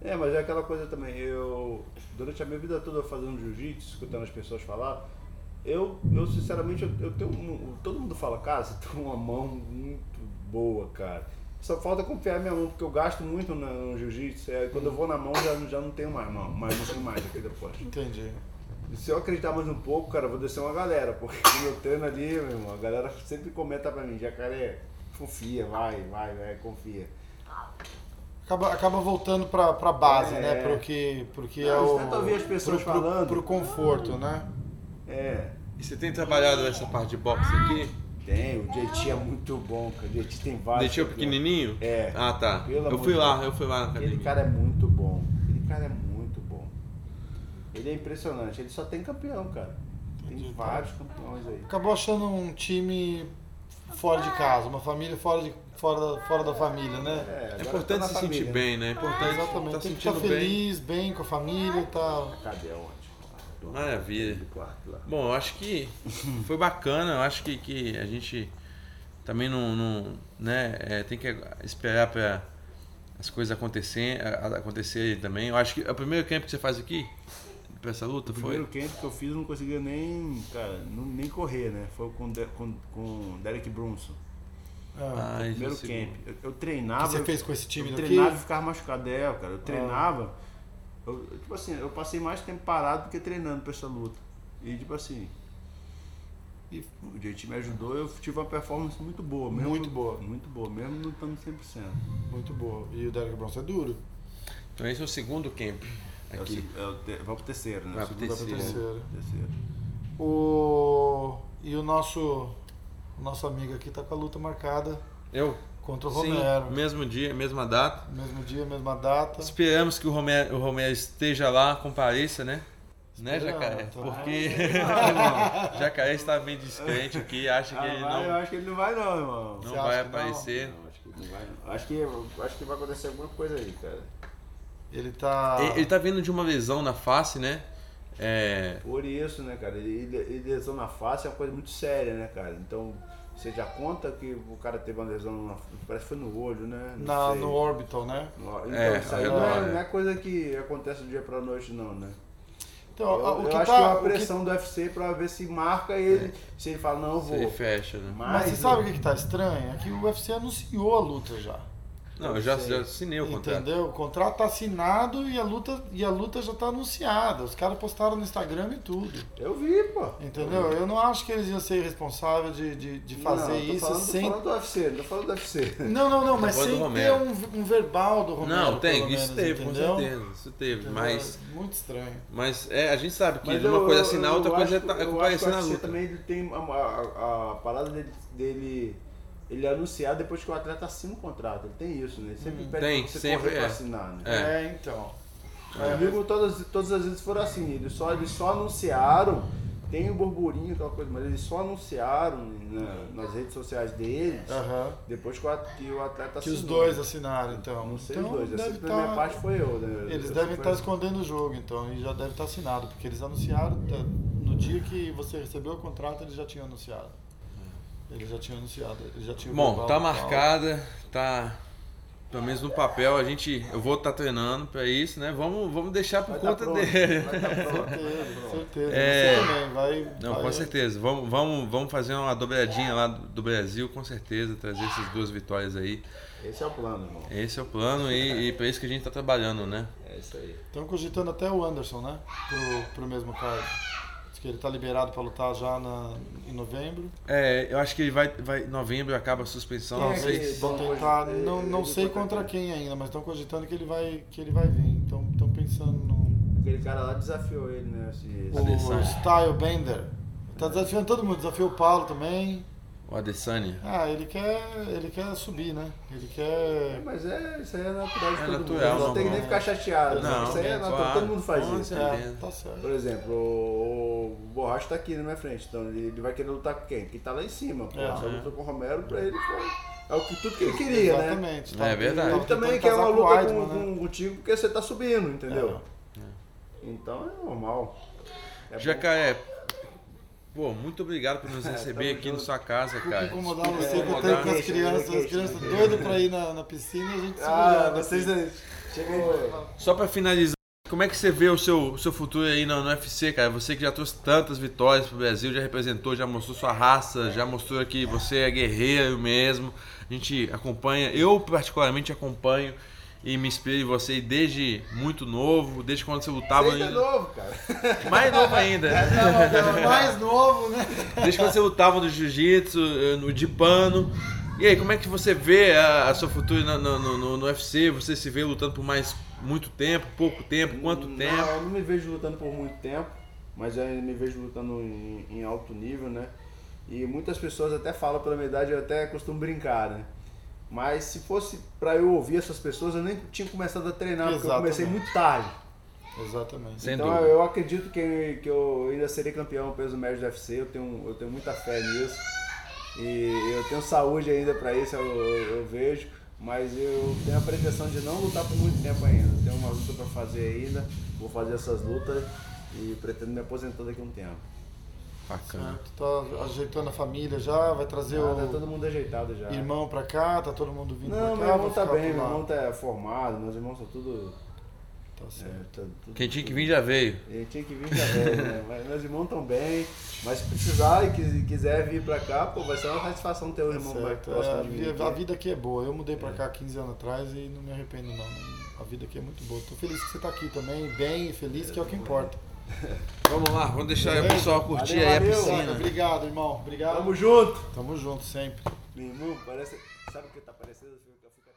É, mas é aquela coisa também. Eu, durante a minha vida toda fazendo jiu-jitsu, escutando as pessoas falar, eu, eu sinceramente, eu, eu tenho. um- Todo mundo fala, cara, você [LAUGHS] tem uma mão muito boa, cara. Só falta confiar na minha mão, porque eu gasto muito na- no, jiu-jitsu. É, quando eu vou na mão, já, já não tenho mais mão, mas não tenho mais aqui depois.
Entendi.
E se eu acreditar mais um pouco, cara, eu vou descer uma galera, porque [LAUGHS] eu treino ali, meu irmão, a galera sempre comenta pra mim, jacaré, confia, vai, vai, vai, confia.
Acaba, acaba voltando pra, pra base,
É.
né? Pro que, pro que é
Não,
o.
você tenta ouvir as pessoas
pro, pro-
falando.
Pro conforto, né?
É.
E você tem trabalhado essa parte de boxe aqui?
Tem, o JT é muito bom, cara. O JT tem
Ah,
vários.
Deixou pequenininho?
É.
Ah, tá.
Pelo
eu
amor
fui
de
lá,
Deus.
eu fui lá na
Aquele
academia.
cara é muito bom. Aquele cara é muito bom. Ele é impressionante. Ele só tem campeão, cara. Tem vários campeões aí.
Acabou achando um time fora de casa, uma família fora, de, fora, da, fora da família, né?
É
agora
importante
tá na
se
família,
sentir
né?
bem, né? É importante
Exatamente.
tá
Tem que
sentindo
estar
bem.
feliz, bem com a família e tal.
Cadê onde?
Maravilha.
Do quarto lá.
Bom, eu acho
[LAUGHS]
que foi bacana. Eu acho que, que a gente também não, não né, é, tem que esperar para as coisas acontecerem, a- a- acontecerem também. Eu acho que é o primeiro camp que você faz aqui para essa luta
O
foi
primeiro camp que eu fiz eu não conseguia nem, cara, não- nem correr, né? Foi com o De- com, com o Derek Brunson.
É.
Ah, esse é o
Primeiro
segundo.
camp. Eu, eu
O que
treinava.
você fez com esse time
eu
daqui?
treinava e ficava machucado. É, cara,
Ah.
eu treinava. Eu, eu, tipo assim, eu passei mais tempo parado do que treinando pra essa luta. E tipo assim. E o JT me ajudou, eu tive uma performance muito boa. Mesmo,
Muito boa.
Muito boa, mesmo não estando 100%.
Muito boa. E o Derek Bronson é duro.
Então esse é o segundo camp
É o
aqui.
se- é o te- vai pro terceiro, né?
Vai
O
pro
segundo
terceiro.
Terceiro.
terceiro.
O... E o nosso... o nosso amigo aqui tá com a luta marcada
Eu?
contra o
Sim,
Romero.
mesmo dia, mesma data.
Mesmo dia, mesma data.
Esperamos que o Romero, o Romero esteja lá, compareça, né? Né,
Esperamos,
Jacaré?
tá.
[LAUGHS]
Porque Jacaré está meio descrente aqui, acha que
Ah,
ele
vai,
não,
eu acho que ele não Ah, vai não, irmão.
não
Você
vai
acha que não?
aparecer.
Não, acho que Não vai- Acho que, acho que vai acontecer alguma coisa aí, cara.
Ele tá.
Ah.
Ele, ele tá vindo de uma lesão na face, né? É,
Por isso, né, cara? E le- e lesão na face é uma coisa muito séria, né, cara? Então, você já conta que o cara teve uma lesão, na, parece que foi no olho, né? Não
na,
sei.
no orbital, né?
No- Então,
É,
isso aí
aí
não
não,
é,
é.
não é coisa que acontece do dia pra noite, não, né?
Então,
Eu,
a- o
eu
que
acho que é
tá.
uma
o que-
pressão do UFC pra ver se marca ele, se ele fala, não, eu
você
vou.
fecha, né?
Mas você sabe o que, que tá estranho? É que o UFC anunciou a luta já.
Não, eu já,
sei.
já assinei o contrato.
Entendeu? O contrato tá assinado e a luta, e a luta já tá anunciada. Os caras postaram no Instagram e tudo.
Eu vi, pô.
Entendeu? Eu não acho que eles iam ser responsáveis de, de, de fazer
não, tô
isso
falando,
sem.
Tô falando do UFC, não tô falando do UFC.
Não, não, não, mas
falando do
sem ter
Romero.
um, um verbal do Romero.
Não, tem,
pelo
isso
menos,
teve,
entendeu?
com certeza. Isso teve,
Entendeu?
mas.
Muito estranho.
Mas é, a gente sabe que
Mas
uma
eu-
coisa é assinar,
eu-
outra
eu
coisa é
acho-
tá- é
eu
comparecer
acho
na
que o UFC
luta.
também ele tem a, a- a- a parada dele, dele- ele anunciar depois que o atleta assina o contrato. Ele tem isso, né? Ele sempre
Uhum.
pede
Tem,
pra você
sempre
correr pra
é.
assinar, né?
É.
É, então.
Comigo todas, todas as vezes foram assim. Eles só, eles só anunciaram, tem o burburinho, aquela coisa, mas eles só anunciaram na- nas redes sociais deles
Aham.
depois que o, at- que o atleta
Que os
assinou.
dois assinaram, então.
Tá Não sei
então,
os dois.
deve
Deve Na minha
tá-
parte foi eu, né?
Eles devem
Eu
tá
fui-
estar escondendo o jogo, então, e já deve estar assinado, porque eles anunciaram tá, no dia que você recebeu o contrato, eles já tinham anunciado. Eles já tinham anunciado, eles já tinham
É. Bom,
verbal
tá
e tal.
marcada, tá. Pelo menos no papel, a gente. Eu vou estar treinando pra isso, né? Vamos, vamos deixar por
Vai tá
conta
pronto,
dele. [LAUGHS]
vai tá pronto, vai tá
Certeza,
pronto.
certeza.
É.
Você também vai.
Não,
vai-
com certeza. Vamos, vamos, vamos fazer uma dobradinha lá do do Brasil, com certeza, trazer essas duas vitórias aí.
Esse é o plano, irmão.
Esse é o plano e, e pra isso que a gente tá trabalhando, né?
É isso aí.
Estão cogitando até o Anderson, né? Pro, pro mesmo cargo. Diz que ele tá liberado pra lutar já na, em novembro. Então,
É, eu acho que ele vai. vai novembro acaba a suspensão,
Quem
não
é
sei.
que-
eles
se-
vão tentar.
ele-
tá, Não, não
ele
sei
conta-
contra quem ainda, mas estão cogitando que ele vai, que ele vai vir. Então estão pensando no.
Aquele cara lá desafiou ele, né? Esse, esse-
O Style Bender. Tá desafiando todo mundo, desafiou o Paulo também.
O Adesanya.
Ah, ele quer, ele quer subir, né? Ele
É,
quer.
Mas é, isso aí é natural de
É
todo
natural,
mundo. Não tem que nem
normal.
ficar chateado. né?
Não,
isso aí é
é
natural,
claro.
todo mundo faz
Com
isso.
certeza.
É, tá certo.
Por exemplo, o o Borracha tá aqui na minha frente, então ele ele vai querer lutar com quem? Quem tá lá em cima. Pô,
É.
Se
Uhum.
eu lutou com o Romero, pra ele foi. É o que, tudo que ele queria, né?
Exatamente.
É verdade.
tava
Ele também
tentando
quer uma
casar
luta
o
com,
Weidman, né?
com- contigo porque você tá subindo, entendeu?
É.
Então é normal. É bom. É,
Jacaré, pô, muito obrigado
[LAUGHS]
por nos receber
tamo
aqui na
junto.
sua casa,
Fico
cara.
incomodado você
Desculpa É,
que
incomodar.
eu tenho com as crianças, as crianças doidas pra ir na, na piscina e a gente se
Ah,
olhando,
vocês.
assim.
Chega aí,
Só pra finalizar, como é que você vê o seu, o seu futuro aí no, no UFC, cara? Você que já trouxe tantas vitórias pro Brasil, já representou, já mostrou sua raça, já mostrou que você é guerreiro mesmo. A gente acompanha, eu particularmente acompanho e me inspiro em você desde muito novo, desde quando você lutava.
Você é
ainda-
novo, cara.
Mais novo ainda.
É o mais novo, né?
Desde quando você lutava no jiu-jitsu, eh, no de pano. E aí, como é que você vê a, a sua futuro na- no, no, no- no UFC? Você se vê lutando por mais muito tempo, pouco tempo, quanto
não,
tempo?
Eu não me vejo lutando por muito tempo, mas eu ainda me vejo lutando em, em alto nível, né? E muitas pessoas até falam pela minha idade, eu até costumo brincar, né? Mas se fosse pra eu ouvir essas pessoas, eu nem tinha começado a treinar, porque eu comecei
Exatamente.
muito tarde.
Exatamente.
Sem
então
dúvida.
eu acredito que, que eu ainda serei campeão peso médio do UFC, eu tenho, eu tenho muita fé nisso. E eu tenho saúde ainda pra isso, eu, eu- eu vejo. Mas eu tenho a pretensão de não lutar por muito tempo ainda. Tenho uma luta pra fazer ainda, vou fazer essas lutas e pretendo me aposentar daqui a um tempo.
Bacana.
Certo. Tá ajeitando a família já, vai trazer
Ah, tá
o
todo mundo ajeitado já.
irmão pra cá, tá todo mundo vindo pra
Não, meu
cá.
irmão
vai
tá
ficar
bem,
por
meu
lá.
irmão tá formado, meus irmãos são tudo.
Tá
é,
certo.
tá tudo-
Quem tinha que vir já veio.
Ele tinha que vir já velho,
[LAUGHS]
né? Mas meus irmãos estão bem. Mas se precisar e quis- quiser vir pra cá, pô, vai ser uma satisfação ter um irmão mais
Certo,
próximo
é, a,
de
vi- a
mim.
vida, aqui
aqui.
é boa. Eu mudei pra cá 15 anos atrás e não me arrependo não. A vida aqui é muito boa. Tô feliz que você tá aqui também, bem e feliz, que é o que importa.
Vamos lá, vamos deixar o
Beleza?
pessoal curtir
é
aí
Valeu,
a
valeu.
Saca,
piscina.
obrigado, irmão. Obrigado.
Tamo junto!
Tamo junto sempre.
Meu irmão, parece. Sabe o que tá parecendo? Eu fico- eu fico